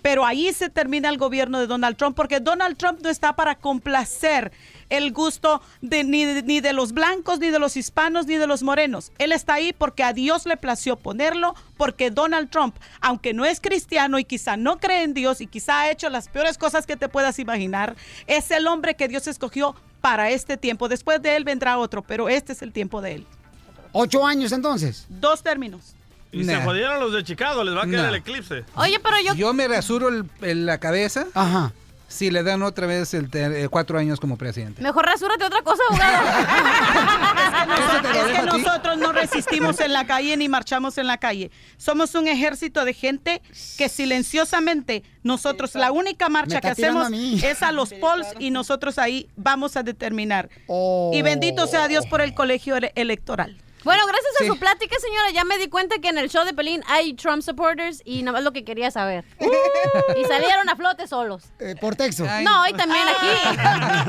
S28: Pero ahí se termina el gobierno de Donald Trump porque Donald Trump no está para complacer el gusto de, ni, de- ni de los blancos, ni de los hispanos, ni de los morenos. Él está ahí porque a Dios le plació ponerlo, porque Donald Trump, aunque no es cristiano y quizá no cree en Dios y quizá ha hecho las peores cosas que te puedas imaginar, es el hombre que Dios escogió para este tiempo. Después de él vendrá otro, pero este es el tiempo de él.
S1: ¿Ocho años entonces?
S28: Dos términos.
S2: Y
S26: Nah.
S2: se jodieron los de Chicago, les va a quedar
S26: Nah.
S2: el eclipse.
S3: Oye, pero yo...
S26: Yo me rasuro el- el- la cabeza.
S1: Ajá.
S26: Si le dan otra vez el ter- eh, cuatro años como presidente.
S3: Mejor rasúrate otra cosa, abogado.
S28: es que nosotros no resistimos en la calle ni marchamos en la calle. Somos un ejército de gente que silenciosamente nosotros, la única
S1: Me
S28: marcha que
S1: está tirando
S28: hacemos
S1: a mí.
S28: es a los polls y nosotros ahí vamos a determinar. Y bendito sea Dios por
S26: Oh.
S28: el colegio ele- electoral.
S3: Bueno, gracias a
S28: Sí.
S3: su plática, señora, ya me di cuenta que en el show de Pelín hay Trump supporters y nada más lo que quería saber. y salieron a flote solos.
S1: Uh. Eh, por texto.
S3: No, y también aquí,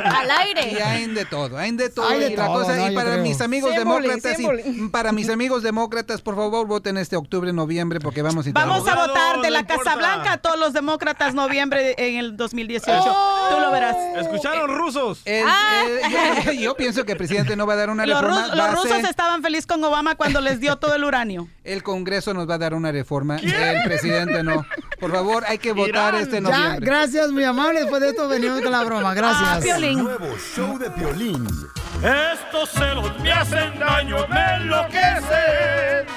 S3: al aire.
S26: Y hay de todo, hay de todo.
S3: Hay de
S26: y la
S3: todo,
S26: cosa-
S3: no,
S26: y
S3: yo
S26: para
S3: creo.
S26: mis amigos
S3: Sin bullying,
S26: demócratas,
S3: sin
S26: y para mis amigos demócratas, por favor, voten este octubre, noviembre, porque vamos a intentar-
S28: Vamos a votar de la Casa Blanca a todos los demócratas noviembre en el 2018.
S26: Oh.
S28: Tú lo verás.
S2: ¿Escucharon rusos?
S26: Eh, El-
S28: Ah.
S26: el- eh, yo, yo pienso que el presidente no va a dar una
S28: Los,
S26: reforma.
S28: rus-
S26: va
S28: los
S26: a
S28: rusos
S26: ser-
S28: estaban felices con Obama cuando les dio todo el uranio.
S26: El Congreso nos va a dar una reforma. El presidente no. Por favor, hay que votar este
S1: Ya,
S26: noviembre.
S1: gracias, muy amable. Después de esto venimos con la broma.
S3: Ah,
S1: Gracias.
S6: El nuevo show de Piolín.
S21: Estos celos me hacen daño, me enloquecen.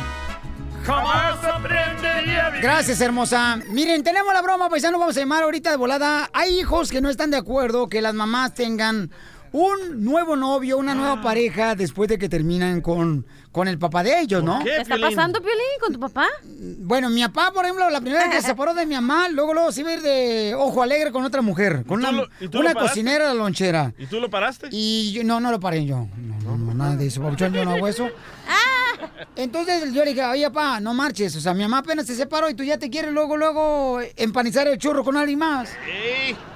S21: Jamás aprendería a vivir.
S1: Gracias, hermosa. Miren, tenemos la broma, paisano. Vamos a llamar ahorita de volada. Hay hijos que no están de acuerdo que las mamás tengan un nuevo novio, una
S2: Ah.
S1: nueva pareja después de que terminan con, con el papá de ellos, ¿no?
S3: ¿Qué está pasando, Piolín, con tu papá?
S1: Bueno, mi papá, por ejemplo, la primera vez que se separó de mi mamá, luego luego se iba a ir de ojo alegre con otra mujer, con una,
S2: y tú
S1: una
S2: lo paraste?
S1: cocinera lonchera.
S2: ¿Y tú lo paraste?
S1: Y yo, no, no lo paré yo. No, no, no, nada de eso, papuchón, yo no hago eso. Entonces yo le dije, oye, papá, no marches. O sea, mi mamá apenas se separó y tú ya te quieres luego, luego empanizar el churro con alguien más.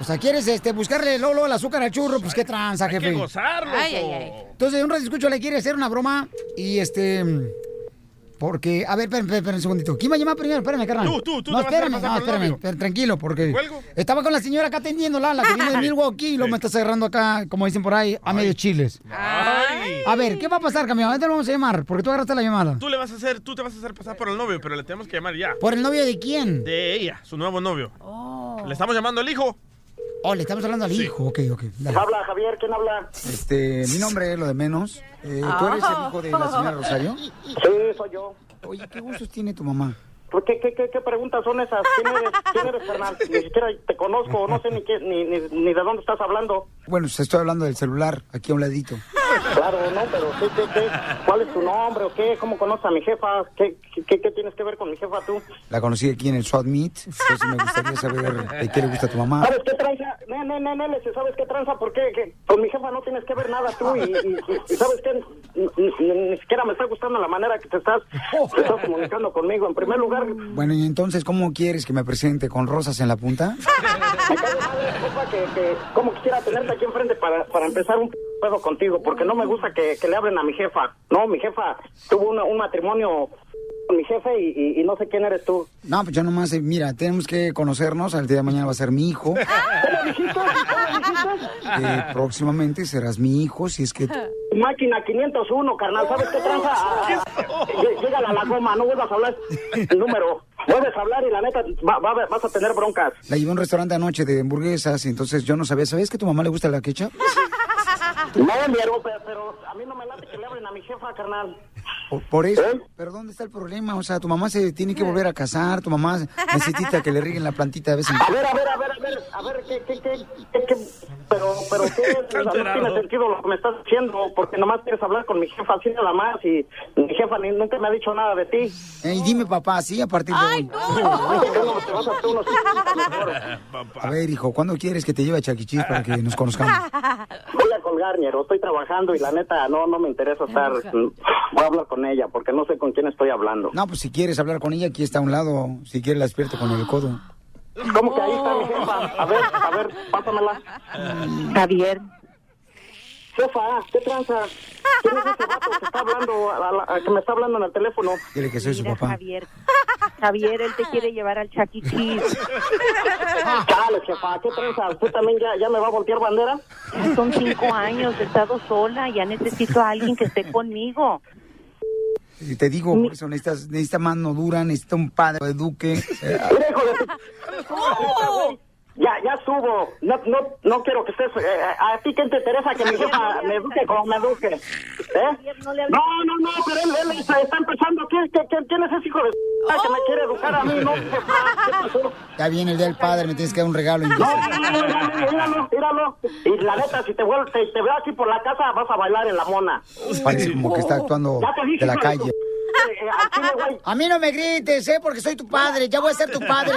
S1: O sea, quieres este, buscarle luego, luego el azúcar al churro, pues qué tranza,
S2: Hay
S1: jefe.
S2: que gozar, loco.
S1: Entonces, un escucho le quiere hacer una broma y este. Porque, a ver, espérame, espérame, espérame un segundito. ¿Quién va a llamar primero? Espérame, carnal.
S21: Tú, tú, tú
S1: No,
S21: te vas a
S1: espérame,
S21: pasar por
S1: no,
S21: el
S1: espérame.
S21: labio.
S1: espérame, tranquilo, porque
S21: ¿Cuelgo?
S1: estaba con la señora acá atendiéndola, la que viene de Milwaukee, y lo me está cerrando acá, como dicen por ahí, a medio chiles. A ver, ¿qué va a pasar, campeón? Ahorita lo vamos a llamar, porque tú agarraste la llamada.
S2: Tú le vas a hacer, tú te vas a hacer pasar por el novio, pero le tenemos que llamar ya.
S1: ¿Por el novio de quién?
S2: De ella, su nuevo novio. Le estamos llamando al hijo.
S1: Oh, le estamos hablando al hijo. Ok, ok. dale.
S14: Habla, Javier, ¿quién habla? Este, mi nombre es lo de menos. Eh, ¿Tú eres el hijo de la señora Rosario? Sí, soy yo. Oye, ¿qué gustos tiene tu mamá? ¿Por qué, qué, qué, qué preguntas son esas? ¿Quién eres, ¿Quién eres, carnal? Ni siquiera te conozco, no sé ni, qué, ni, ni, ni de dónde estás hablando. Bueno, se estoy hablando del celular, aquí a un ladito. Claro, no, pero ¿qué, qué, qué? ¿Cuál es tu nombre o qué? ¿Cómo conoces a mi jefa? ¿Qué, qué, qué tienes que ver con mi jefa tú? La conocí aquí en el SWAT Meet, entonces me gustaría saber de qué le gusta a tu mamá. ¿Sabes qué tranza? No, no, no, no, ¿sabes qué tranza? ¿Por qué? Que Con mi jefa no tienes que ver nada tú y, y- y ¿sabes qué? Ni, ni- ni siquiera me está gustando la manera que te estás, te estás comunicando conmigo. En primer lugar, Bueno, y entonces, ¿cómo quieres que me presente? ¿Con rosas en la punta? me cae mal, compa, que, que como quisiera tenerte aquí enfrente para, para empezar un pedo contigo, porque no me gusta que, que le hablen a mi jefa. No, mi jefa tuvo una- un matrimonio con mi jefe y, y- y no sé quién eres tú. No, pues yo nomás, eh, mira, tenemos que conocernos, al día de mañana va a ser mi hijo. Eh, próximamente serás mi hijo, si es que... Máquina 501, carnal, ¿sabes qué tranza? Ah, ah, ll- Llégale a la goma, no vuelvas a hablar el número. Vuelves a hablar y la neta va- va- vas a tener broncas. La llevé a un restaurante anoche de hamburguesas, y entonces yo no sabía, ¿sabías que a tu mamá le gusta la ketchup? No, pero, pero a mí no me late que le hablen a mi jefa, carnal. Por, por eso... ¿Pero dónde está el problema, o sea, tu mamá se tiene que volver a casar, tu mamá necesita que le rieguen la plantita de vez en A ver, cuando. a ver, a ver, a ver, a ver, ¿qué, qué, qué, qué, qué? Pero, pero, ¿qué? O sea, no tiene sentido lo que me estás diciendo, porque nomás quieres hablar con mi jefa, así nada más, y mi jefa ni, nunca me ha dicho nada de ti. Ey, dime, papá, sí, a partir de hoy. Te vas a hacer unos... A ver, hijo, ¿cuándo quieres que te lleve a
S1: E.
S14: Chaquichis para que nos conozcamos? Voy a colgar, ñero, estoy trabajando y la neta, no, no me interesa estar... mm, Voy a hablar con ella, porque no sé con quién estoy hablando. No, pues si quieres hablar con ella, aquí está a un lado. Si quieres, la despierto con el codo. ¿Cómo que ahí está mi jefa? A ver, a ver, pásamela. Javier. Jefa, ¿qué tranza? ¿Quién es ese vato que está hablando, a la- a que me está hablando en el teléfono? Dile que soy su papá. Javier. Javier, él te quiere llevar al E. chaquichis. Chale, chefa, ¿qué tranza? ¿Tú también ya, ya me va a voltear bandera? Ya son cinco años, he estado sola, ya necesito a alguien que esté conmigo.
S18: Y te digo, por eso necesitas, necesita mano dura, necesita un padre de Duque. Eh,
S14: Ya, ya subo. No, no, no quiero que estés. eh, a ti quién te interesa que mi jefa me eduque como me eduque. ¿Eh? No, no, no, pero él, él está, está empezando. ¿Quién, quién, quién- quién es ese hijo de p- que me quiere educar a mí? No,
S18: ya viene el día del padre, me tienes que dar un regalo.
S1: Oh.
S18: imbécil.
S14: no, no, no, míralo, míralo. Y la neta, si te, vuel- te, te veo aquí por la casa, vas a bailar en la mona.
S18: Parece como que está actuando
S14: Oh, Ya te
S18: de
S14: dije,
S18: la
S14: hijo de Eh,
S18: calle.
S1: A mí no me grites, ¿eh? Porque soy tu padre. Ya voy a ser tu padre.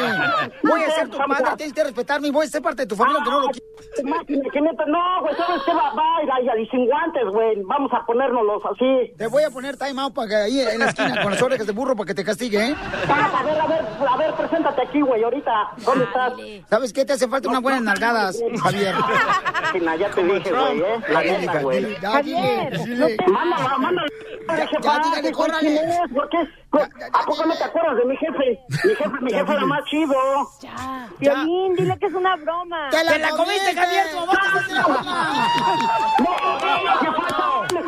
S1: Voy a ser tu padre. Tienes que respetarme y voy a ser parte de tu familia, aunque
S14: Ah,
S1: no lo
S14: Máquina, que neta, no, güey, ¿sabes qué? Va, va, y- y- y sin guantes, güey, vamos a ponérnoslos así.
S1: Te voy a poner time out para que ahí en la esquina con las orejas de burro para que te castigue, ¿eh?
S14: Ah, A ver, a ver, a ver, preséntate aquí, güey, ahorita. ¿Dónde estás?
S1: ¿Sabes qué? Te hace falta unas buenas nalgadas, Javier.
S14: Máquina, ya te dije, güey, ¿eh? La neta, güey. Mándala, mándala.
S1: Ya,
S14: jefa,
S1: ya, dígale,
S14: güey,
S1: córrale.
S14: ¿quién es? ¿Por qué? ¿A poco no te acuerdas de mi jefe? Mi jefe, mi Ya, jefe era dile. más chido. Ya. Violín, dile que es una broma. ¡Te la comiste, Javier! ¡Tu mamá te hace la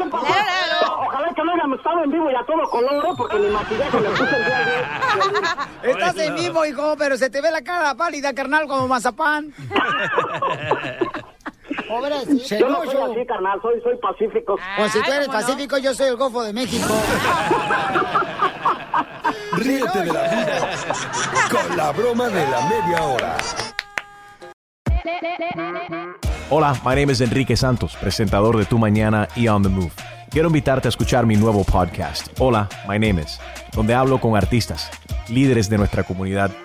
S14: Ojalá que no hayan estado en vivo y a todo color, ¿eh? porque mi maquillaje le puse el día de hoy.
S1: Estás en vivo, hijo, pero se te ve la cara pálida, carnal, como mazapán. Pobrecito.
S14: Yo no soy así, carnal, soy, soy pacífico.
S1: Pues si tú eres pacífico, yo soy el Golfo de México.
S6: Ríete de la vida con la broma de la media hora.
S19: Hola, my name is Enrique Santos, presentador de Tu Mañana y On the Move. Quiero invitarte a escuchar mi nuevo podcast, Hola, my name is, donde hablo con artistas, líderes de nuestra comunidad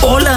S19: Hola